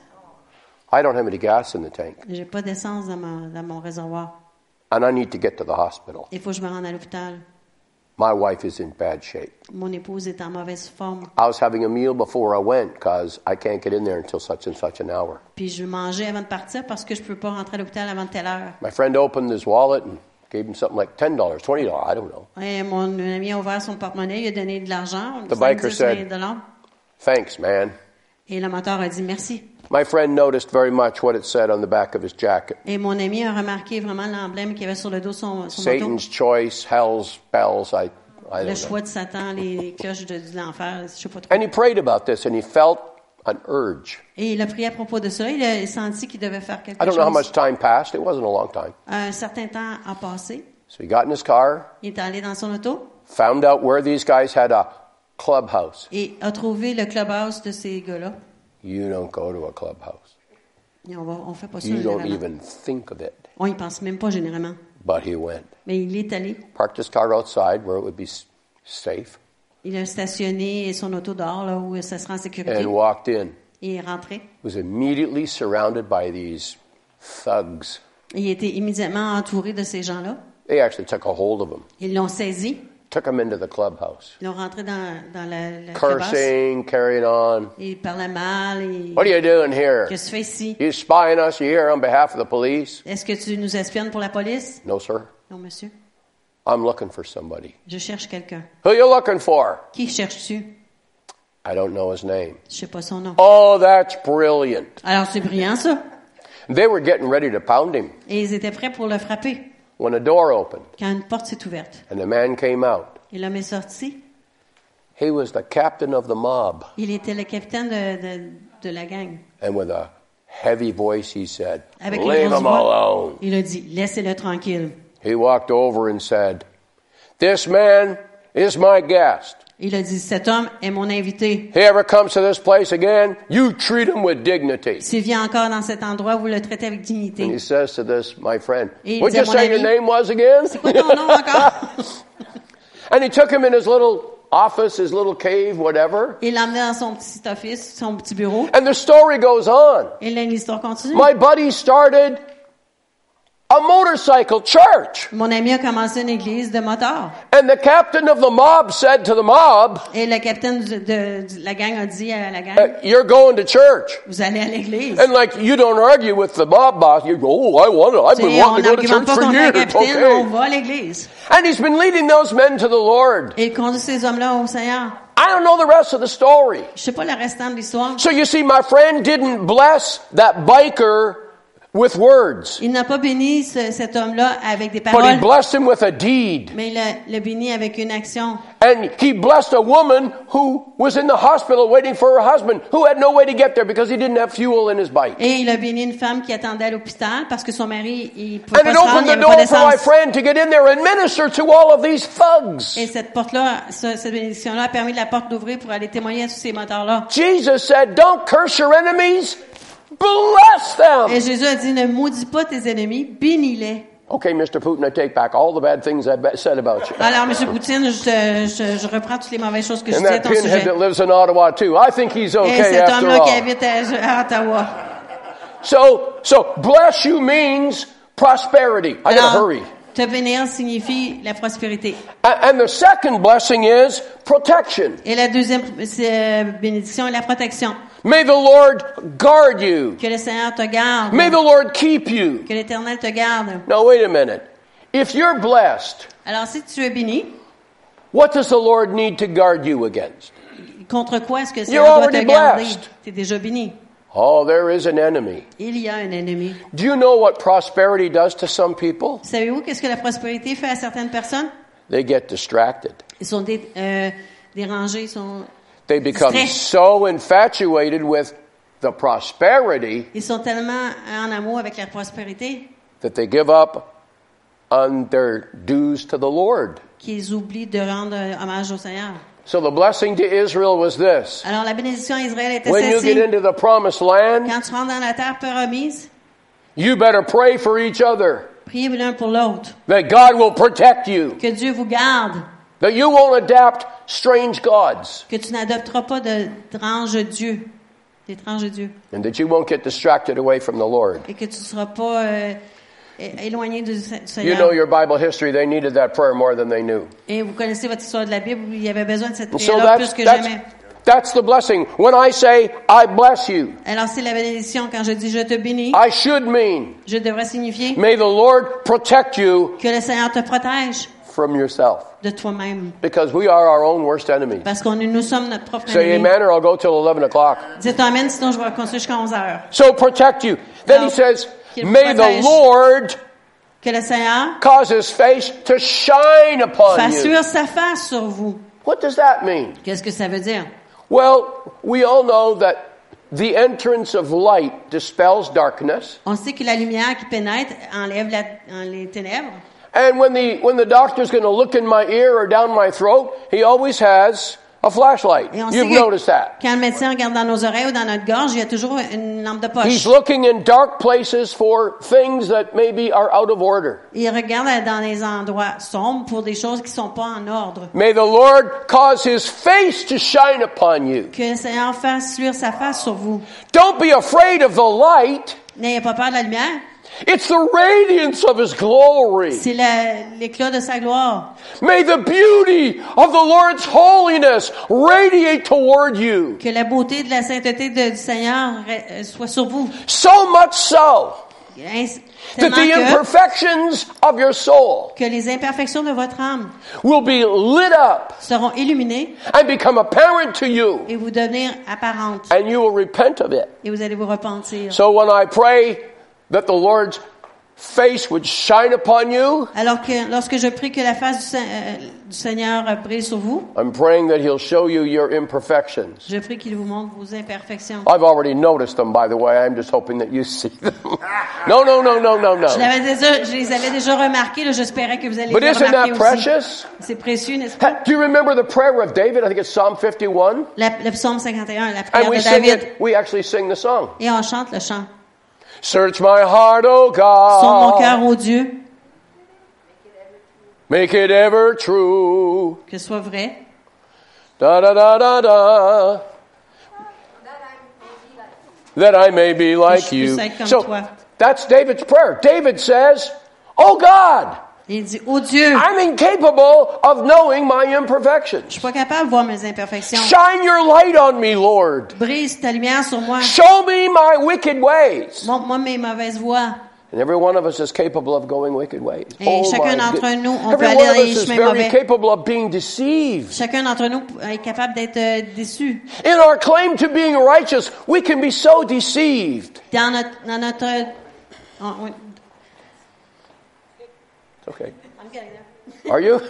I don't have any gas in the tank. J'ai pas d'essence dans, ma- dans mon réservoir. And I need to get to the hospital. Il faut que je me rende à l'hôpital. My wife is in bad shape. Mon épouse est en mauvaise forme. I was having a meal before I went because I can't get in there until such and such an hour. Puis je mangeais avant de partir parce que je peux pas rentrer à l'hôpital avant telle heure. My friend opened his wallet and gave him something like $10, $20, I don't know. Et mon ami a ouvert son porte-monnaie, il a donné de l'argent. The biker 5-10 said- dollars. Thanks, man. Et le moteur a dit merci. My friend noticed very much what it said on the back of his jacket. Et mon ami a remarqué vraiment l'emblème qu'il y avait sur le dos de son, son moto. Satan's choice, hell's bells, I, I le don't know. choix de Satan, les cloches de, de l'enfer, je sais pas trop. And he prayed about this and he felt an urge. Et il a prié à propos de ça. Il a senti qu'il devait faire quelque I don't know how much chose. time passed. It wasn't a long time. Un certain temps a passé. So he got in his car, Il est allé dans son auto found out where these guys had a clubhouse. et a trouvé le clubhouse de ces gars-là. You don't go to a clubhouse. Et on va, on fait pas ça You don't even généralement. think of it. On y pense même pas généralement. But he went. Mais il est allé. Parked his car outside where it would be s- safe Il a stationné son auto dehors, là où ça sera en sécurité. and walked in. Et est rentré. Was immediately surrounded by these thugs. Il était immédiatement entouré de ces gens-là. They actually took a hold of him, Ils l'ont saisi. took him into the clubhouse, Ils l'ont rentré dans, dans la, la clubhouse. cursing, carrying on. Il parlait mal. Et... What are you doing here? Qu'est-ce que tu fais ici? You spying us? You here on behalf of the police? Est-ce que tu nous espionnes pour la police? No, sir. Non, monsieur. I'm looking for somebody. Je cherche quelqu'un. Who you looking for? Qui cherches-tu? I don't know his name. Je sais pas son nom. Oh, that's brilliant. Alors, c'est brillant, ça. They were getting ready to pound him Et ils étaient prêts pour le frapper when a door opened quand une porte s'est ouverte. and the man came out. Et l'homme est sorti. He was the captain of the mob. Il était le capitaine de, de- de la gang. And with a heavy voice, he said, Avec une Leave grosse him voix. alone. Il a dit, laissez-le tranquille. He walked over and said, This man is my guest. Il a dit, cet homme est mon invité. He ever comes to this place again, you treat him with dignity. S'il vient encore dans cet endroit, vous le traitez avec And he dignité. says to this, my friend, Et il would dit à you mon say your ami, name was again? C'est quoi ton nom encore? and he took him in his little office, his little cave, whatever. Il l'emmenait dans son petit office, son petit bureau. And the story goes on. Et là, l'histoire continue. My buddy started a motorcycle church. Mon ami a commencé une église de motards. And the captain of the mob said to the mob, Et le capitaine du- de, de la gang a dit à la gang, "Uh, You're going to church. vous allez à l'église. And like, you don't argue with the mob boss. You go, Oh, I want to. I've Tu sais, been on wanting to go to n'argumente church pas for contre un years. capitaine, on Okay. va à l'église. And he's been leading those men to the Lord. Et il conduit ces hommes-là au Seigneur. I don't know the rest of the story. Je sais pas le restant de l'histoire. So you see, my friend didn't bless that biker with words, Il n'a pas béni ce- cet homme-là avec des but he paroles, blessed him with a deed. mais il l'a- l'a béni avec une action. And he blessed a woman who was in the hospital waiting for her husband, who had no way to get there because he didn't have fuel in his bike. Et il a béni une femme qui attendait à l'hôpital parce que son mari, il pouvait And pas it se rendre, opened il the avait pas door for my d'essence. friend to get in there and minister to all of these thugs. Et cette porte-là, ce- cette bénédiction-là a permis la porte d'ouvrir pour aller témoigner à tous ces menteurs-là. Jesus said, Don't curse your enemies, bless Et them. Jésus a dit, ne maudis pas tes ennemis, bénis-les. Okay, Mr. Putin, I take back all the bad things I've said about you. Alors, M. Poutine, je, je, je reprends toutes les mauvaises choses que je And dis à that ton pinhead sujet. that lives in Ottawa, too. I think he's Et okay Eh, cet after homme-là qui all. habite à, à Ottawa. So, so bless you means prosperity. I gotta Alors, hurry. te bénir signifie la prospérité. A- And the second blessing is protection. Et la deuxième c'est, euh, bénédiction est la protection. May the Lord guard you. Que le Seigneur te garde. May the Lord keep you. Que l'Éternel te garde. Now, wait a minute. If you're blessed, Alors, si tu es béni, what does the Lord need to guard you against? contre quoi est-ce que le You're Seigneur doit te already garder? blessed. Tu es déjà béni. Oh, there is an enemy. Il y a un ennemi. Do you know what prosperity does to some people? Savez-vous qu'est-ce que la prospérité fait à certaines personnes? They get distracted. Ils sont dé- euh, dérangés, ils sont, They become Stress. so infatuated with the prosperity ils sont tellement en amour avec la prospérité that they give up on their dues to the Lord. qu'ils oublient de rendre euh, hommage au Seigneur. So the blessing to Israel was this. Alors, la bénédiction à Israël était When you celle-ci. get into the promised land, Quand tu rentres dans la terre promise, you better pray for each other priez l'un pour l'autre. that God will protect you, Que Dieu vous garde. that you won't adapt strange gods, Que tu n'adopteras pas de- d'étranges dieux. D'étranges dieux. and that you won't get distracted away from the Lord. Et que tu ne seras pas euh, é- éloigné du, Se- du You Seigneur. know your Bible history, they needed that prayer more than they knew. Et vous connaissez votre histoire de la Bible où il y avait besoin de cette And so that's, prière-là plus que that's, jamais. that's the blessing. When I say, I bless you, Alors, c'est la bénédiction. Quand je dis je te bénis, I should mean, je devrais signifier may the Lord protect you que le Seigneur te protège from yourself. de toi-même. Because we are our own worst enemies. Parce qu'on nous sommes notre propre Say ennemi. amen or I'll go till 11 o'clock. Dites Amen, sinon je vais continuer jusqu'à 11 heures. So protect you. Then he says, Qu'il May the protège. Lord Que le Seigneur cause his face to shine upon fasse you. sur sa face sur vous. What does that mean? Qu'est-ce que ça veut dire? Well, we all know that the entrance of light dispels darkness. On sait que la lumière qui pénètre enlève la- en- les ténèbres. And when the, when the doctor's going to look in my ear or down my throat, he always has a flashlight. Et on You've sait que noticed that. quand le médecin regarde dans nos oreilles ou dans notre gorge, il y a toujours une lampe de He's poche. looking in dark places for things that maybe are out of order. Il regarde dans les endroits sombres pour des choses qui sont pas en ordre. May the Lord cause his face to shine upon you. Que le Seigneur fasse luire sa face sur vous. Don't be afraid of the light. N'ayez pas peur de la lumière. It's the radiance of his glory. C'est la- l'éclat de sa gloire. May the beauty of the Lord's holiness radiate toward you. Que la beauté de la sainteté de- du Seigneur re- euh, soit sur vous. So much so Ainsi- that tellement the que, imperfections of your soul que les imperfections de votre âme will be lit up seront illuminées and become apparent to you, et vous devenir apparentes. and you will repent of it. Et vous allez vous repentir. So when I pray that the Lord's face would shine upon you, Alors que lorsque je prie que la face du, Sein- euh, du Seigneur euh, brille sur vous, I'm praying that he'll show you your imperfections. je prie qu'il vous montre vos imperfections. I've already noticed them, by the way. I'm just hoping that you see them. no, no, no, no, no, Je, no. l'avais déjà- je les avais déjà remarquées, là, j'espérais que vous allez But les isn't that remarquer aussi. precious? C'est précieux, n'est-ce pas? Ha- Do you remember the prayer of David? I think it's Psalm 51. La- le psaume 51, la prière And we de sing David. it. We actually sing the song. Et on chante le chant. Search my heart, O Sonde mon cœur, God. ô Dieu, Make it ever true. que ce soit vrai, Da da da da da. That I may be like je you. puisse être comme toi. So that's David's prayer. David says, "Oh God, Et il dit, ô Dieu, je I'm incapable of knowing my imperfections. suis pas capable de voir mes imperfections. Shine your light on me, Lord. Brise ta lumière sur moi. Show me my wicked ways. Montre-moi mes mauvaises voies. And every one of us is capable of going wicked ways. Oh Et Eh, chacun my d'entre goodness. nous, on every peut one aller of dans les us is chemins very mauvais. capable of being deceived. Chacun d'entre nous est capable d'être euh, déçu. In our claim to being righteous, we can be so deceived. Dans notre, ah, dans notre On- on- It's okay. Are you?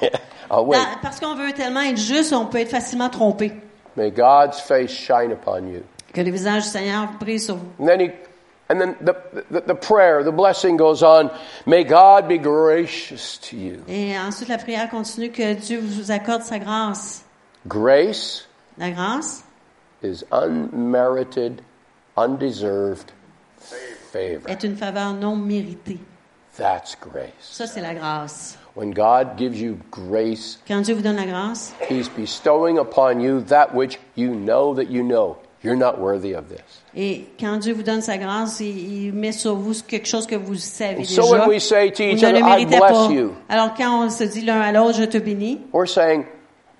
I'll wait. Dans- parce qu'on veut tellement être juste, on peut être facilement trompé. May God's face shine upon you. Que le visage du Seigneur brille sur vous. And then he, and then the, the, the prayer, the blessing goes on. May God be gracious to you. Et ensuite, la prière continue que Dieu vous accorde sa grâce. Grace La grâce, is unmerited, undeserved favor. est une faveur non méritée. That's grace. Ça, c'est la grâce. When God gives you grace, Quand Dieu vous donne la grâce, He's bestowing upon you that which you know that you know you're not worthy of this. et quand Dieu vous donne sa grâce, il, il met sur vous quelque chose que vous savez déjà. So when we say to Vous each ne le other, I méritez bless pas. you, Alors quand on se dit l'un à l'autre, je te bénis, we're saying,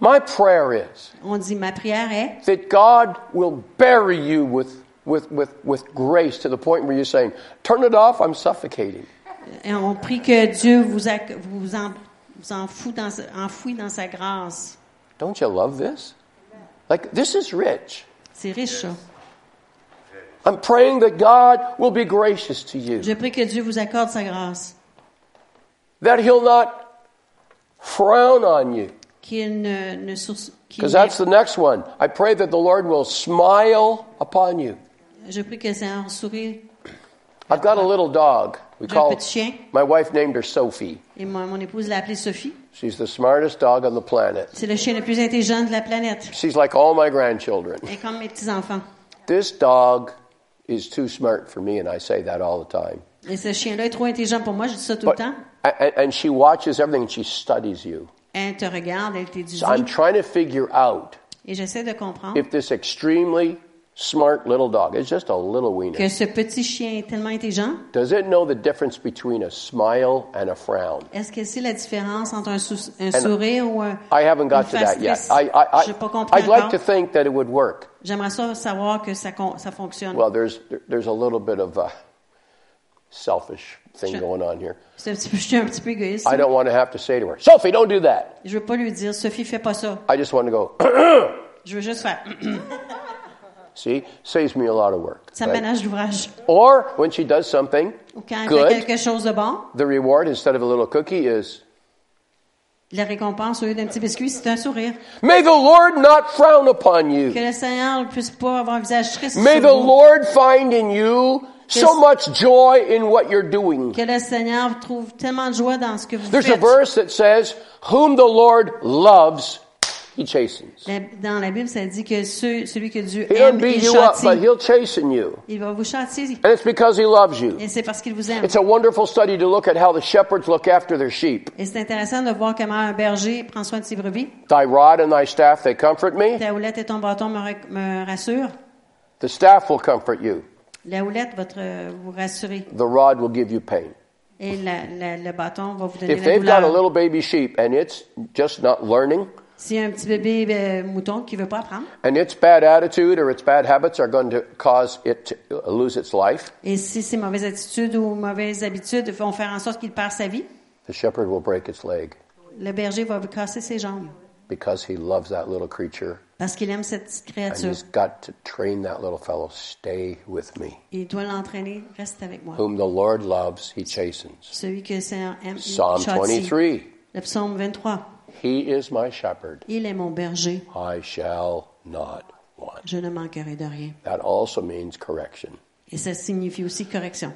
My prayer is on dit ma prière est that God will bury you with, with, with, with grace to the point where you're saying, Turn it off, I'm suffocating. Et on prie que Dieu vous, acc- vous, en, vous enfoue dans, sa- enfouit dans sa grâce. Don't you love this? Like, this is rich. C'est riche, ça. I'm praying that God will be gracious to you, Je prie que Dieu vous accorde sa grâce, that He'll not frown on you. qu'il ne, ne source- qu'il Because that's the next one. I pray that the Lord will smile upon you. n'ait- Je prie que le Seigneur sourit. I've got a little dog. We J'ai un call petit chien. my wife named her Sophie. Et moi, mon épouse l'a appelé Sophie. She's the smartest dog on the planet. C'est le chien le plus intelligent de la planète. She's like all my grandchildren. Et comme mes petits-enfants. This dog is too smart for me, and I say that all the time. Et ce chien-là est trop intelligent pour moi, je dis ça tout But- le temps. and, and she watches everything and she studies you. Elle te regarde, elle t'édudie. So I'm trying to figure out Et j'essaie de comprendre if this extremely smart little dog, it's just a little que wiener, ce petit chien est tellement intelligent. does it know the difference between a smile and a frown? Est-ce qu'elle sait la différence entre un, sou- un And sourire ou un, I haven't got une to face that yet. triste? I, I, J'ai pas I, compris I'd like encore. to think that it would work. J'aimerais ça savoir que ça, con- ça fonctionne. Well, there's, there's a little bit of a selfish thing Sure. going on here. C'est un petit peu- je suis un petit peu égoïste. I don't want to have to say to her, Sophie, don't do that. Je veux pas lui dire, Sophie, fais pas ça. I just want to go, Je veux juste faire. See, saves me a lot of work. ça right? ménage l'ouvrage. Or when she does something Ou quand elle fait good, quelque chose de bon, the reward instead of a little cookie is, la récompense au lieu d'un petit biscuit, c'est un sourire. "May the Lord not frown upon Que you. le Seigneur ne puisse pas avoir un visage triste. May sur the vous. Lord find in you so Yes. much joy in what you're doing." Que le Seigneur trouve tellement de joie dans ce que vous There's a faites. verse that says, "Whom the Lord loves, he chastens." La- Dans la Bible, ça dit que ceux- celui que Dieu He'll aime, beat il you up, but châtie. he'll chasten you. Il va vous châtier. And it's because he loves you. Et c'est parce qu'il vous aime. It's a wonderful study to look at how the shepherds look after their sheep. Et c'est intéressant de voir comment un berger prend soin de ses brebis. Thy rod and thy staff, they comfort me. Ta houlette et ton bâton me, ra- me rassurent. The staff will comfort you. La houlette va te, euh, vous rassurer The rod will give you pain. et la- la- le bâton va vous donner If la they've got a douleur. little baby sheep and it's just not learning, Si un petit bébé euh, mouton qui veut pas apprendre and its bad attitude or its bad habits are going to cause it to uh, lose its life, et si ses mauvaises attitudes ou mauvaises habitudes vont faire en sorte qu'il perd sa vie, the shepherd will break its leg le berger va lui casser ses jambes because he loves that little creature parce qu'il aime cette petite and créature. he's got to train that little fellow. Stay with me. Il doit l'entraîner. Reste avec moi. Whom the Lord loves, he chastens. Celui que le Seigneur aime, il Psalm châtie. 23 Le psaume 23. He is my shepherd. Il est mon berger. I shall not want. Je ne manquerai de rien. That also means correction. Et ça signifie aussi correction.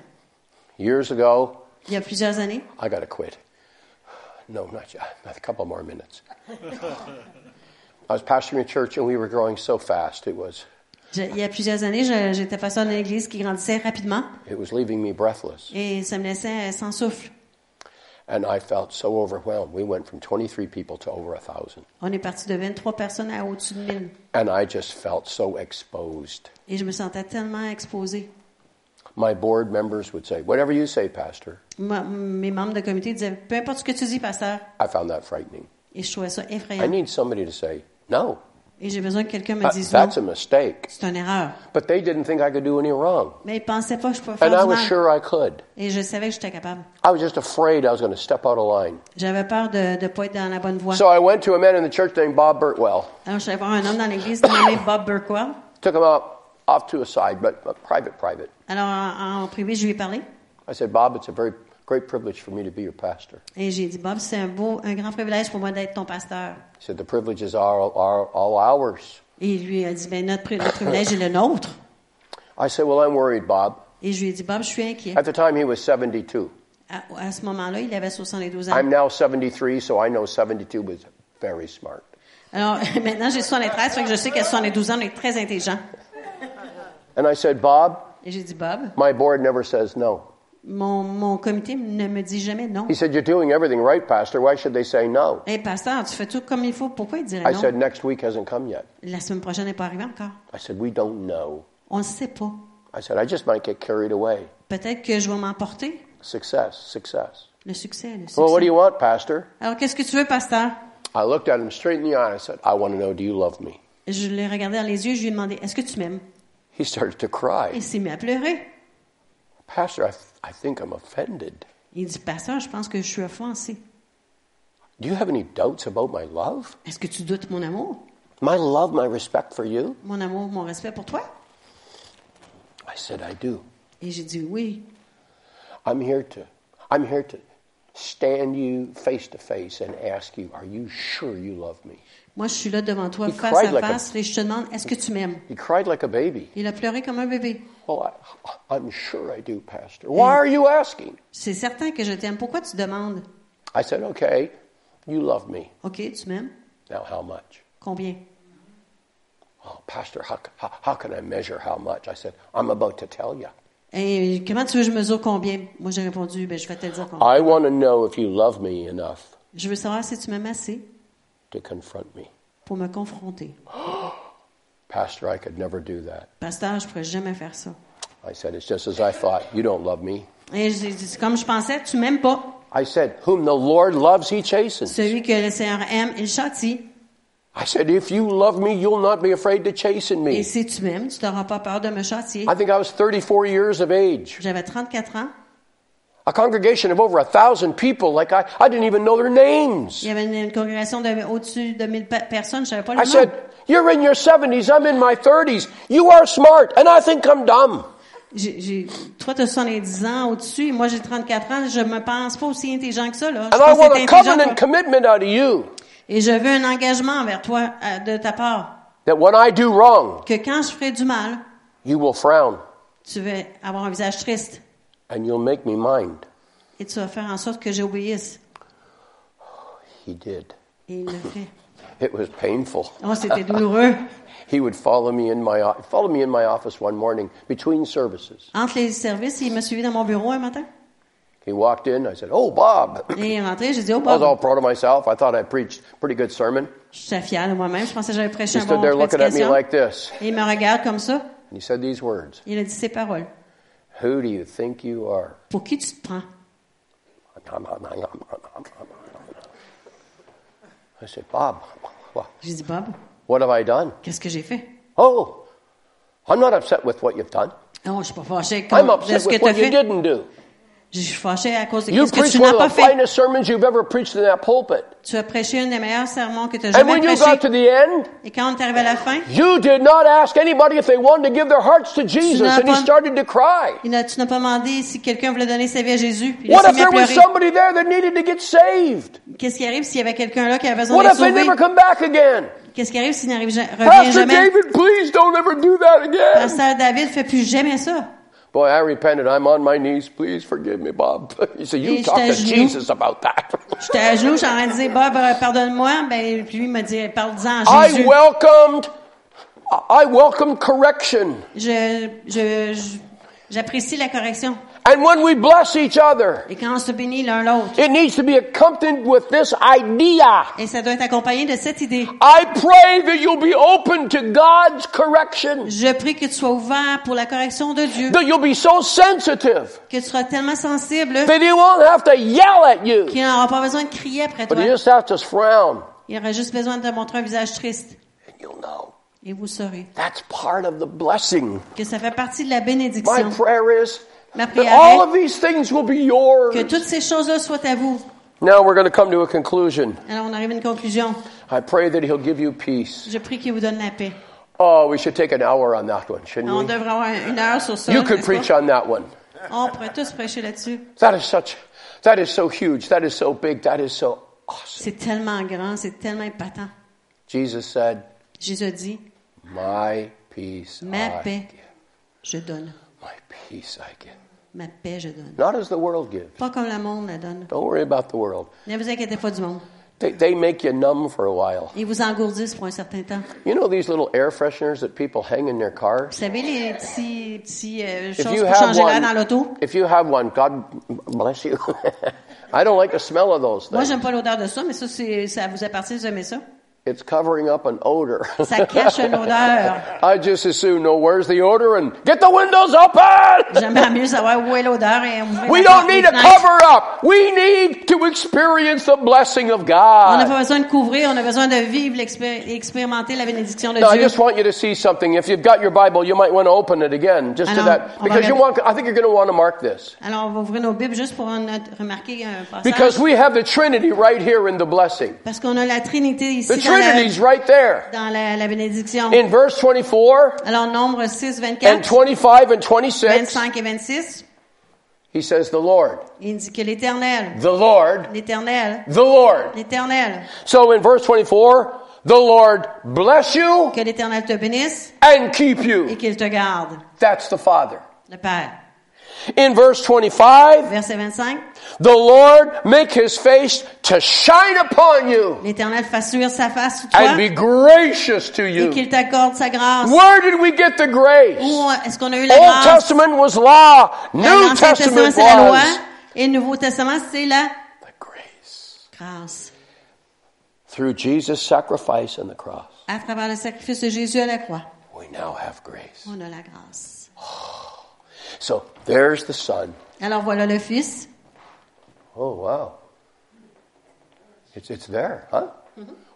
Years ago, Il y a plusieurs années, I got to quit. No, not yet. A couple more minutes. I was pastoring a church and we were growing so fast. It was, je- il y a plusieurs années, je- j'étais pasteur d'une église qui grandissait rapidement it was leaving me breathless. et ça me laissait euh, sans souffle. And I felt so overwhelmed. We went from 23 people to over a thousand. On est parti de 23 personnes à au-dessus de 1000 And I just felt so exposed. et je me sentais tellement exposée. My board members would say, whatever you say, pastor. Moi, mes membres de comité disaient Peu importe ce que tu dis, pasteur. I found that frightening. Et je trouvais ça I effrayant. need somebody to say, no, Et j'ai besoin que quelqu'un me that- dise non. that's a mistake. C'est une erreur. But they didn't think I could do any wrong. Mais ils pensaient pas que je pouvais faire And I du was mal. sure I could. Et je savais que j'étais capable. I was just afraid I was going to step out of line. J'avais peur de ne pas être dans la bonne voie. So I went to a man in the church named Bob Burtwell. Alors, je suis allée voir un homme dans l'église nommé Bob Burkwell. Took him out off to a side, but but private, private. Alors, en, en privé, je lui ai parlé. I said, Bob, it's a very great privilege for me to be your pastor. Et j'ai dit, Bob, c'est un beau, un grand privilège pour moi d'être ton pasteur. He said, the privileges are, are all ours. Et il lui a dit, ben, notre, pri- notre privilège est le nôtre. I said, well, I'm worried, Bob. Et je lui ai dit, Bob, je suis inquiet. At the time, he was 72. À, à ce moment-là, il avait 72 ans. I'm now 73, so I know 72 was very smart. Alors, maintenant, j'ai 73, fait que je sais qu'à 72 ans, on est très intelligent. And I said, Bob, Et j'ai dit, Bob, my board never says no. mon, mon comité ne me dit jamais non. He said, You're doing everything right, Pastor. Why should they say no? Hé, pasteur, tu fais tout comme il faut. Pourquoi il dirait I non? said, Next week hasn't come yet. La semaine prochaine n'est pas arrivée encore. I said, We don't know. On ne sait pas. I said, I just might get carried away. Peut-être que je vais m'emporter. Success, success. Le succès, le succès. Well, what do you want, Pastor? Alors, qu'est-ce que tu veux, pasteur? I looked at him straight in the eye. I said, I want to know, do you love me? Je l'ai regardé dans les yeux, je lui ai demandé, est-ce que tu m'aimes? He started to Il cry. s'est mis à pleurer. Pastor, I, I think I'm offended. Il dit, pasteur, je pense que je suis offensé. Do you have any doubts about my love? Est-ce que tu doutes mon amour? My love, my respect for you? Mon amour, mon respect pour toi? I said, I do. Et j'ai dit, oui, I'm here to, I'm here to stand you face to face and ask you, are you sure you love me? Moi, je suis là devant toi, He face cried à like a- face, et je te demande, est-ce que tu m'aimes? He cried like a baby. Il a pleuré comme un bébé. Well, I, I'm sure I do, Pastor. Why are you asking? C'est certain que je t'aime. Pourquoi tu demandes? I said, okay, you love me. OK, tu m'aimes? Now, how much? Combien? Oh, Pastor, how, how, how can I measure how much? I said, I'm about to tell you. Et comment tu veux que je mesure combien? Moi, j'ai répondu, ben, je vais te le dire combien. I want to know if you love me enough Je veux savoir si tu m'aimes assez to confront me. pour me confronter. Pastor, I could never do that. Pasteur, je pourrais jamais faire ça. I said, it's just as I thought. You don't love me. Et j'ai dit, comme je pensais, tu m'aimes pas. I said, whom the Lord loves, he chastens. Celui que le Seigneur aime, il châtie. I said, if you love me, you'll not be afraid to chasten Et me. si tu m'aimes, tu n'auras pas peur de me châtier. I think I was 34 years of age. J'avais 34 ans. A congregation of over a thousand people, like I, I didn't even know their names. Il y avait une, une congrégation de- au-dessus de 1000 pe- personnes. Je savais pas le I nom. said, You're in your 70s, I'm in my 30s. You are smart, and I think I'm dumb. J'ai- j'ai- Toi, tu as 70 ans au-dessus, et moi, j'ai 34 ans. Je me pense pas aussi intelligent que ça. Là. Je And I pense want a être intelligent, covenant toi. commitment out of you Et je veux un engagement envers toi euh, de ta part. that when I do wrong, Que quand je ferai du mal, you will frown tu vas avoir un visage triste. and you'll make me mind. Et tu vas faire en sorte que j'obéisse. He did. Et il le fait. It was painful. Oh, c'était douloureux. He would follow me in my o- follow me in my office one morning between services. Entre les services, il m'a suivi dans mon bureau un matin. He walked in. I said, "Oh, Bob." Et il est rentré, j'ai dit, oh I was all Bob, proud of myself. I thought I preached a pretty good sermon. je suis fière de moi-même. Je pensais que j'avais prêché He un stood bon there looking at me prédication. like this, Et il me regarde comme ça. and he said these words: Il a dit ces paroles. "Who do you think you are?" Pour qui tu te prends? I said, Bob, wha- J'ai dit, Bob, what have I done? qu'est-ce que j'ai fait? Oh, I'm not upset with what you've done. Non, je suis pas fâchée comme- I'm de upset ce que with tu as what you fait. didn't do. Je suis fâchée à cause de You ce que preached tu one n'as of pas the fait. finest sermons you've ever preached in that pulpit. Tu as prêché un des meilleurs sermons que tu as And jamais when you prêché. got to the end, Et quand on est arrivé à la fin, you did not ask anybody if they wanted to give their hearts to Jesus, n'as and he pas- started to cry. il n'a- tu n'as pas demandé si quelqu'un voulait donner sa vie à Jésus. Puis il What s'est if mis à there was pleurer. somebody there that needed to get saved? Qu'est-ce qui arrive s'il y avait quelqu'un là qui avait besoin What d'être if they sauvé? never come back again? Qu'est-ce qui arrive s'il n'arrive ja- revient Pastor jamais? David, please don't ever do that again. Pasteur David fait plus jamais ça. Boy, I repented. I'm on my knees. Please forgive me, Bob. You say, you Et talk to j'étais à genoux. Jesus about that. J'étais à genoux, j'étais en train de dire, Bob, euh, pardonne-moi. Ben, puis lui il m'a dit, parle-en à I Jésus. welcomed, I welcomed correction. Je, je, je- j'apprécie la correction. And when we bless each other, Et quand on se bénit l'un l'autre. it needs to be accompanied with this idea. Et ça doit être accompagné de cette idée. I pray that you'll be open to God's correction. Je prie que tu sois ouvert pour la correction de Dieu, That you'll be so sensitive que tu seras tellement sensible that He won't have to yell at you, qu'il n'aura pas besoin de crier après but He toi. just has to frown. Il aura juste besoin de te montrer un visage triste. And you'll know Et vous saurez that's part of the blessing. que ça fait partie de la My bénédiction. prayer is Ma that prière all est of these things will be que yours. toutes ces choses-là soient à vous. Now we're going to come to a conclusion. Alors, on arrive à une conclusion. I pray that He'll give you peace. Je prie qu'il vous donne la paix. Oh, we should take an hour on that one, On shouldn't we? devrait avoir une heure sur ça. You could n'est-ce pas? preach on that one. On pourrait tous prêcher là-dessus. That is such, that is so huge. That is so big. That is so awesome. C'est tellement grand, c'est tellement épatant. Jesus said, Jésus a dit, My peace ma I paix, give. je donne. My peace I give. Ma paix, je donne. Not as the world gives. Pas comme le monde la donne. Don't worry about the world. Ne vous inquiétez pas du monde. They, they make you numb for a while. Ils vous engourdissent pour un certain temps. You know these little air fresheners that people hang in their cars? Vous savez, les petits, petits euh, If choses you pour have changer l'air dans one, l'auto. if you have one, God bless you. I don't like the smell of those Moi, things. j'aime pas l'odeur de ça, mais ça, c'est- ça vous appartient, vous aimez ça. It's covering up an odor. Ça cache une odeur. I just as soon know where's the odor and get the windows open. J'aimerais mieux savoir où est l'odeur et ouvrir We la don't porte, les need a fenêtres. cover up. We need to experience the blessing of On n'a God. pas besoin de couvrir, on a besoin de vivre, l'expé- expérimenter la bénédiction de No, I Dieu. just want you to see something. If you've got your Bible, you might want to open it again, just to Alors, that, on va because you want. regarder. I think you're going to want to mark this Alors, on va ouvrir nos Bibles juste pour en note- remarquer un passage. because we have the Trinity right here in the blessing. Parce qu'on a la Trinité ici The dans, la, Trinity's right there dans la- la bénédiction. in verse 24 Alors, nombre 6, and 24, 25 and 26. 25 et 26, He says, "The Lord, il dit que l'Éternel, the Lord, l'Éternel, the Lord." l'Éternel, So in verse 24, the Lord bless you que l'Éternel te bénisse and keep et you. qu'il te garde, That's the Father. le Père. In verse 25, Verset 25, the Lord make his face to shine upon you l'Éternel fasse luire sa face sur toi and be gracious to et you. qu'il t'accorde sa grâce. Where did we get the grace? Où est-ce qu'on a eu la Old grâce? Testament was law, New L'Ancien Testament, Testament c'est la loi. was Et le Nouveau Testament, c'est la the grace. grâce. Through Jesus' sacrifice on the cross, À travers le sacrifice de Jésus à la croix, we now have grace. on a la grâce. So there's the Son. Alors voilà le Fils. Oh, wow. It's, it's there, huh?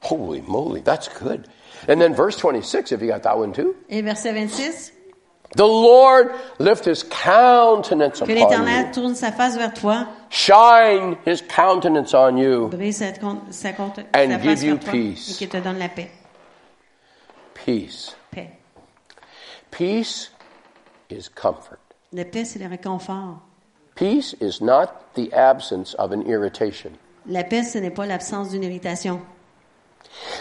Holy moly, that's good. And then verse 26, if you got that one too. Et verset 26, The Lord lift his countenance que upon l'Éternel you, tourne sa face vers toi, shine his countenance on you, brise sa, con- sa, con- sa And give face you vers toi, peace. et qu'il te donne la paix. peace. Paix. Peace is comfort. La paix, c'est le réconfort. Peace is not the absence of an irritation. La paix, ce n'est pas l'absence d'une irritation.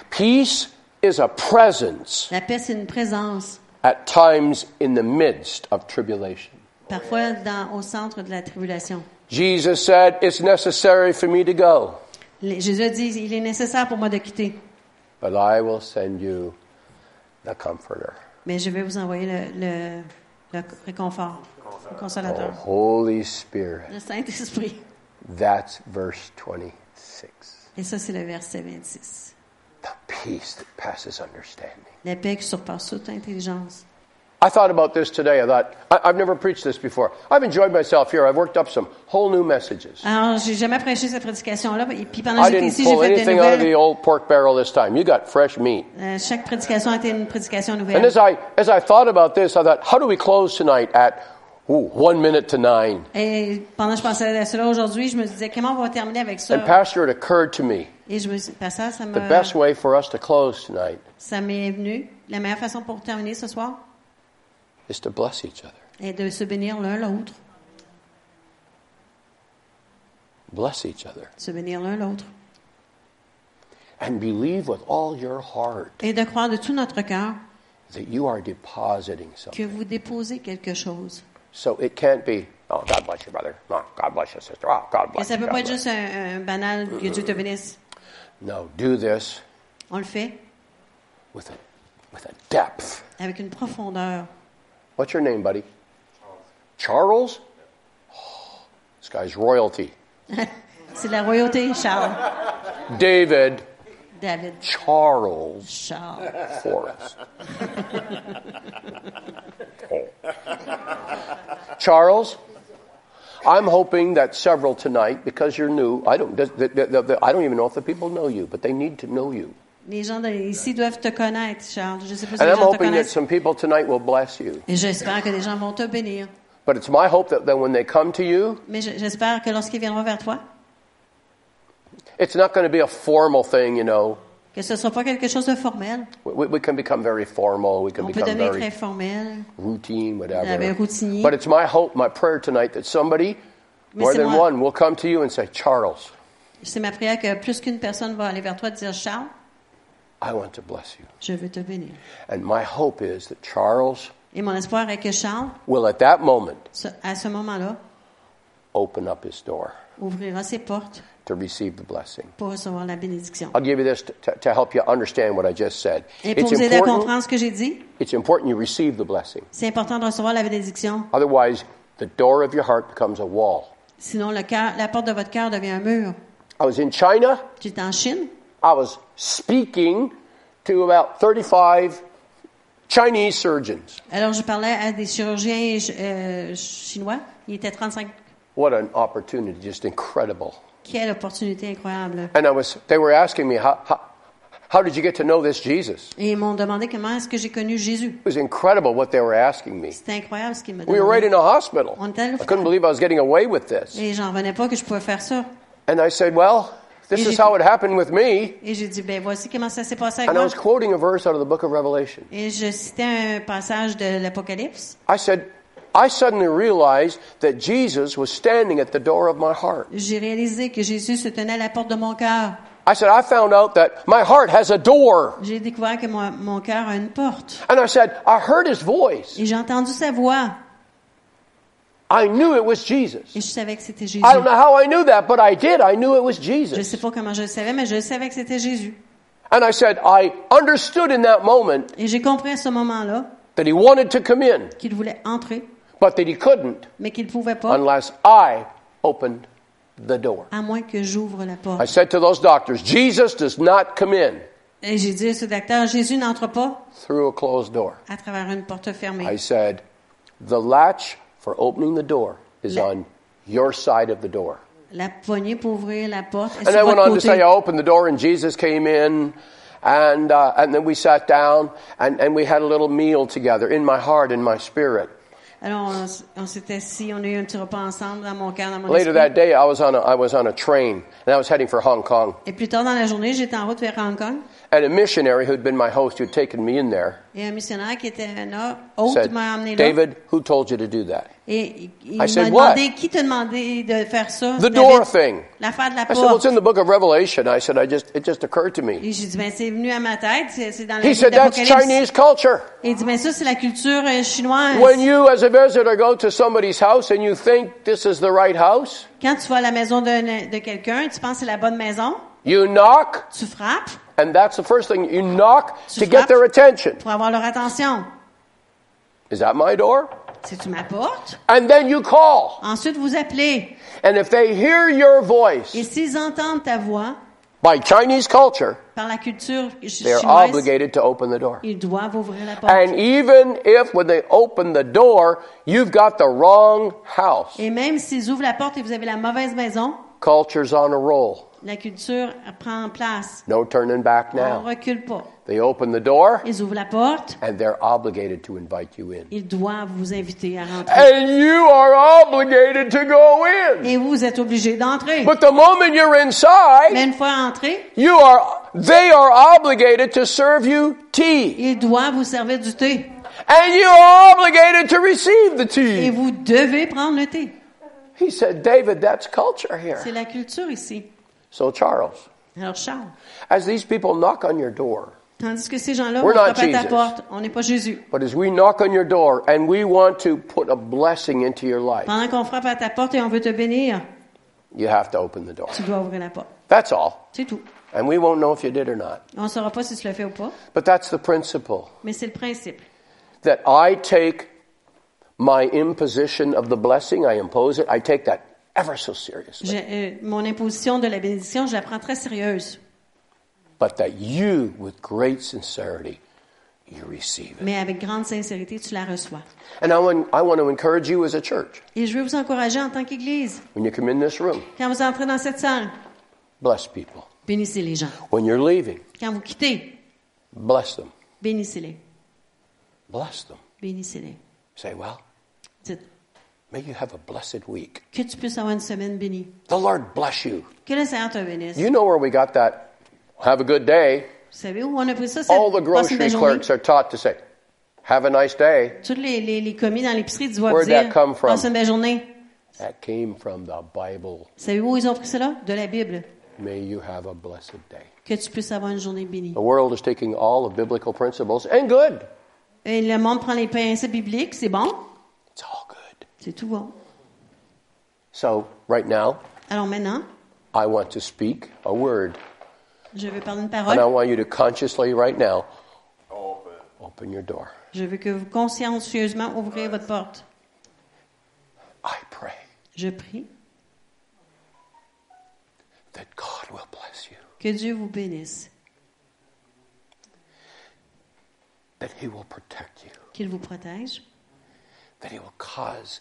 Peace is a presence La paix, c'est une présence, at times in the midst of tribulation. parfois dans, au centre de la tribulation. Jesus said, It's necessary for me to go. Les- Jésus a dit, il est nécessaire pour moi de quitter, But I will send you the Comforter, mais je vais vous envoyer le, le, le réconfort, le the consolateur, Holy Spirit. le Saint-Esprit. That's verse 26. Et ça, c'est le verset 26. The peace that passes understanding. La paix qui surpasse toute intelligence. I thought about this today. I thought, I, I've never preached this before. I've enjoyed myself here. I've worked up some whole new messages. Alors, j'ai jamais prêché cette prédication-là, et puis pendant que I j'étais didn't ici, pull j'ai fait des anything out of the nouvelles. old pork barrel this time. You got fresh meat. Euh, chaque prédication était une prédication And nouvelle. as I, as I thought about this, I thought, how do we close tonight at ooh, one minute to nine? Et pendant que je pensais à cela aujourd'hui, je me disais, comment on va terminer avec And ça? Pastor, it occurred to me Et je me suis, ben, ça, ça the me, best way for us to close tonight ça m'est venu. La meilleure façon pour terminer ce soir is to bless each other. est de se bénir l'un l'autre. Bless each other. Se bénir l'un l'autre. And believe with all your heart Et de croire de tout notre cœur that you are depositing que something. vous déposez quelque chose. So it can't be, oh, God bless you, brother. No, God bless you, sister. Oh, God Et bless ça you. peut God pas être bless juste un, un banal que Dieu te bénisse. you." No, do this On le fait with a, with a depth. avec une profondeur. What's your name, buddy? Charles? Oh, this guy's royalty. C'est de la royauté, Charles. David David Charles Charles. Forrest. Oh. Charles, I'm hoping that several tonight, because you're new, I don't, the, the, the, the, I don't even know if the people know you, but they need to know you. Les gens de- ici doivent te connaître, Charles. Je sais pas si And les I'm gens te hoping that connaissent. some people tonight will bless you. Et j'espère que les gens vont te bénir. But it's my hope that, that when they come to you, Mais je- j'espère que lorsqu'ils viendront vers toi, it's not going to be a formal thing, you know. Que ce ne soit pas quelque chose de formel. We, we can become very formal. We can On peut become devenir very très formel. routine, Devenir whatever. routinier. But it's my hope, my prayer tonight that somebody, Mais more c'est than moi. one, will come to you and say, Charles, C'est ma prière que plus qu'une personne va aller vers toi et dire Charles, I want to bless you. je veux te bénir. And my hope is that Charles Et mon espoir est que Charles, will, at that moment, ce- à ce moment-là, open up his door ouvrira ses portes to receive the blessing. pour recevoir la bénédiction. I'll give you this to, to, to help you understand what I just said. Et pour Ah, It's vous aider à important, comprendre ce que j'ai dit, it's important you receive the blessing. c'est important de recevoir la bénédiction. Otherwise, the door of your heart becomes a wall. Sinon, le cœur- la porte de votre cœur devient un mur. I was in China. J'étais en Chine. I was speaking to about 35 Chinese surgeons. Alors, je parlais à des chirurgiens euh, chinois. Il était 35. What an opportunity, just incredible. Quelle opportunité incroyable. And I was, they were asking me, how, how, how did you get to know this Jesus? Et ils m'ont demandé comment est-ce que j'ai connu Jésus. It was incredible what they were asking me. C'était incroyable ce qu'ils me We were right demandaient. in a hospital. On était à I l'hôpital. couldn't believe I was getting away with this. Et j'en revenais pas que je pouvais faire ça. And I said, well, this is how it happened with me. Et j'ai dit, ben voici comment ça s'est passé avec And I moi. was quoting a verse out of the book of Revelation. Et je citais un passage de l'Apocalypse. I said, I suddenly realized that Jesus was standing at the door of my heart. J'ai réalisé que Jésus se tenait à la porte de mon cœur. I said, I found out that my heart has a door. J'ai découvert que mon, mon cœur a une porte. And I said, I heard his voice. Et j'ai entendu sa voix. I knew it was Jesus. Et je savais que c'était Jésus. I don't know how I knew that, but I did. I knew it was Je sais Jesus. pas comment je le savais, mais je savais que c'était Jésus. And I said, I understood in that moment Et j'ai compris à ce moment-là that he wanted to come in, qu'il voulait entrer, but that he couldn't mais qu'il pouvait pas, unless I opened the door. à moins que j'ouvre la I porte. said to those doctors, Jesus does not come in Et j'ai dit à ce docteur, Jésus n'entre pas through a closed door. à travers une porte I fermée. said, the latch for opening the door is Le- on your side of the door. La poignée pour ouvrir la porte est And sur I went votre on to côté. say, oh. I opened the door and Jesus came in. And, uh, and then we sat down and, and we had a little meal together in my heart, in my spirit. Alors, on, s- on s'était assis, on a eu un petit repas ensemble dans mon cœur, dans mon Later esprit. that day, I was on a, I was on a train and I was heading for Hong Kong. Et plus tard dans la journée, j'étais en route vers Hong Kong. And a missionary who'd been my host, who'd taken me in there, Et un missionnaire qui était là, hôte, said, m'a emmené là. David, who told you to do that? Et il- il I m'a said, demandé, "What?" qui t'a demandé de faire ça? The David? door thing. L'affaire de la I said, well, porte. it's in the book of Revelation. I said, I just, it just occurred to me. Et j'ai dit, ben, c'est venu à ma tête, c'est c'est dans le He livre said, that's d'Apocalypse. Chinese culture. Et il dit, ben, ça, c'est la culture euh, chinoise. When you, as a visitor, go to somebody's house and you think this is the right house, Quand tu vas à la maison de, de quelqu'un, tu penses que c'est la bonne maison, you knock tu frappes And that's the first thing. You knock Tu to get frappes. their attention. pour avoir leur attention. Is that my door? Si tu m'apportes, And then you call. ensuite vous appelez. And if they hear your Et voice s'ils entendent ta voix, by Chinese culture, par la culture ch- they are chinoise, obligated to open the door. ils doivent ouvrir la porte. And even if when they open the door, you've got the wrong house, Et même s'ils ouvrent la porte et vous avez la mauvaise maison, culture's on a roll. la culture prend place. No turning back On now. recule pas. They open the door Ils ouvrent la porte, and they're obligated to invite you in. ils doivent vous inviter à rentrer. And you are obligated to go in. Et vous êtes obligé d'entrer. But the moment you're inside, Mais une fois entré, You are, they are obligated to serve you tea. ils doivent vous servir du thé. And you are obligated to receive the tea. Et vous devez prendre le thé. He said, David, that's culture C'est here. la culture ici. So, Charles, Alors, Charles, as these people knock on your door, tandis que ces gens-là vont We're not frapper à ta Jesus. porte, on n'est pas Jésus. but as we knock on your door and we want to put a blessing into your life, Pendant qu'on frappe à ta porte et on veut te bénir, you have to open the door. tu dois ouvrir la porte. That's all. C'est tout. And we won't know if you did or not. On ne saura pas si tu le fais ou pas, But that's the principle mais c'est le principe. that I take my imposition of the blessing, I impose it, I take that ever so seriously. Je- euh, mon imposition de la bénédiction, je la prends très sérieuse, but that you, with great sincerity, you receive it. mais avec grande sincérité, tu la reçois. And I want, I want to encourage you as a church, Et je veux vous encourager en tant qu'Église, when you come in this room, quand vous entrez dans cette salle, bless people. bénissez les gens. When you're leaving, Quand vous quittez, bless them. bénissez-les. Bless them. Bénissez-les. Say, well, Dites, may you have a blessed week. que tu puisses avoir une semaine bénie. The Lord bless you. Que le Seigneur te bénisse. You know where we got that. Have a good day. Vous savez où on a pris ça? Cette All the prochaine grocery journée? clerks are taught to say, Have a nice day. Tous les, les, les commis dans l'épicerie doivent Where'd that dire come from? Passe une belle journée. That came from the Bible. Savez-vous où ils ont pris cela? De la Bible. May you have a blessed day. Que tu puisses avoir une journée bénie. The world is taking all of biblical principles, and good. Et le monde prend les principes bibliques, c'est bon? It's all good. C'est tout bon. So, right now, Alors maintenant, I want to speak a word, je veux parler une and I parole. want you to consciously, right now, open your door. Je veux que vous consciencieusement ouvrez votre porte. I pray Je prie that God will bless you, que Dieu vous bénisse, that He will protect you, qu'il vous protège, that He will cause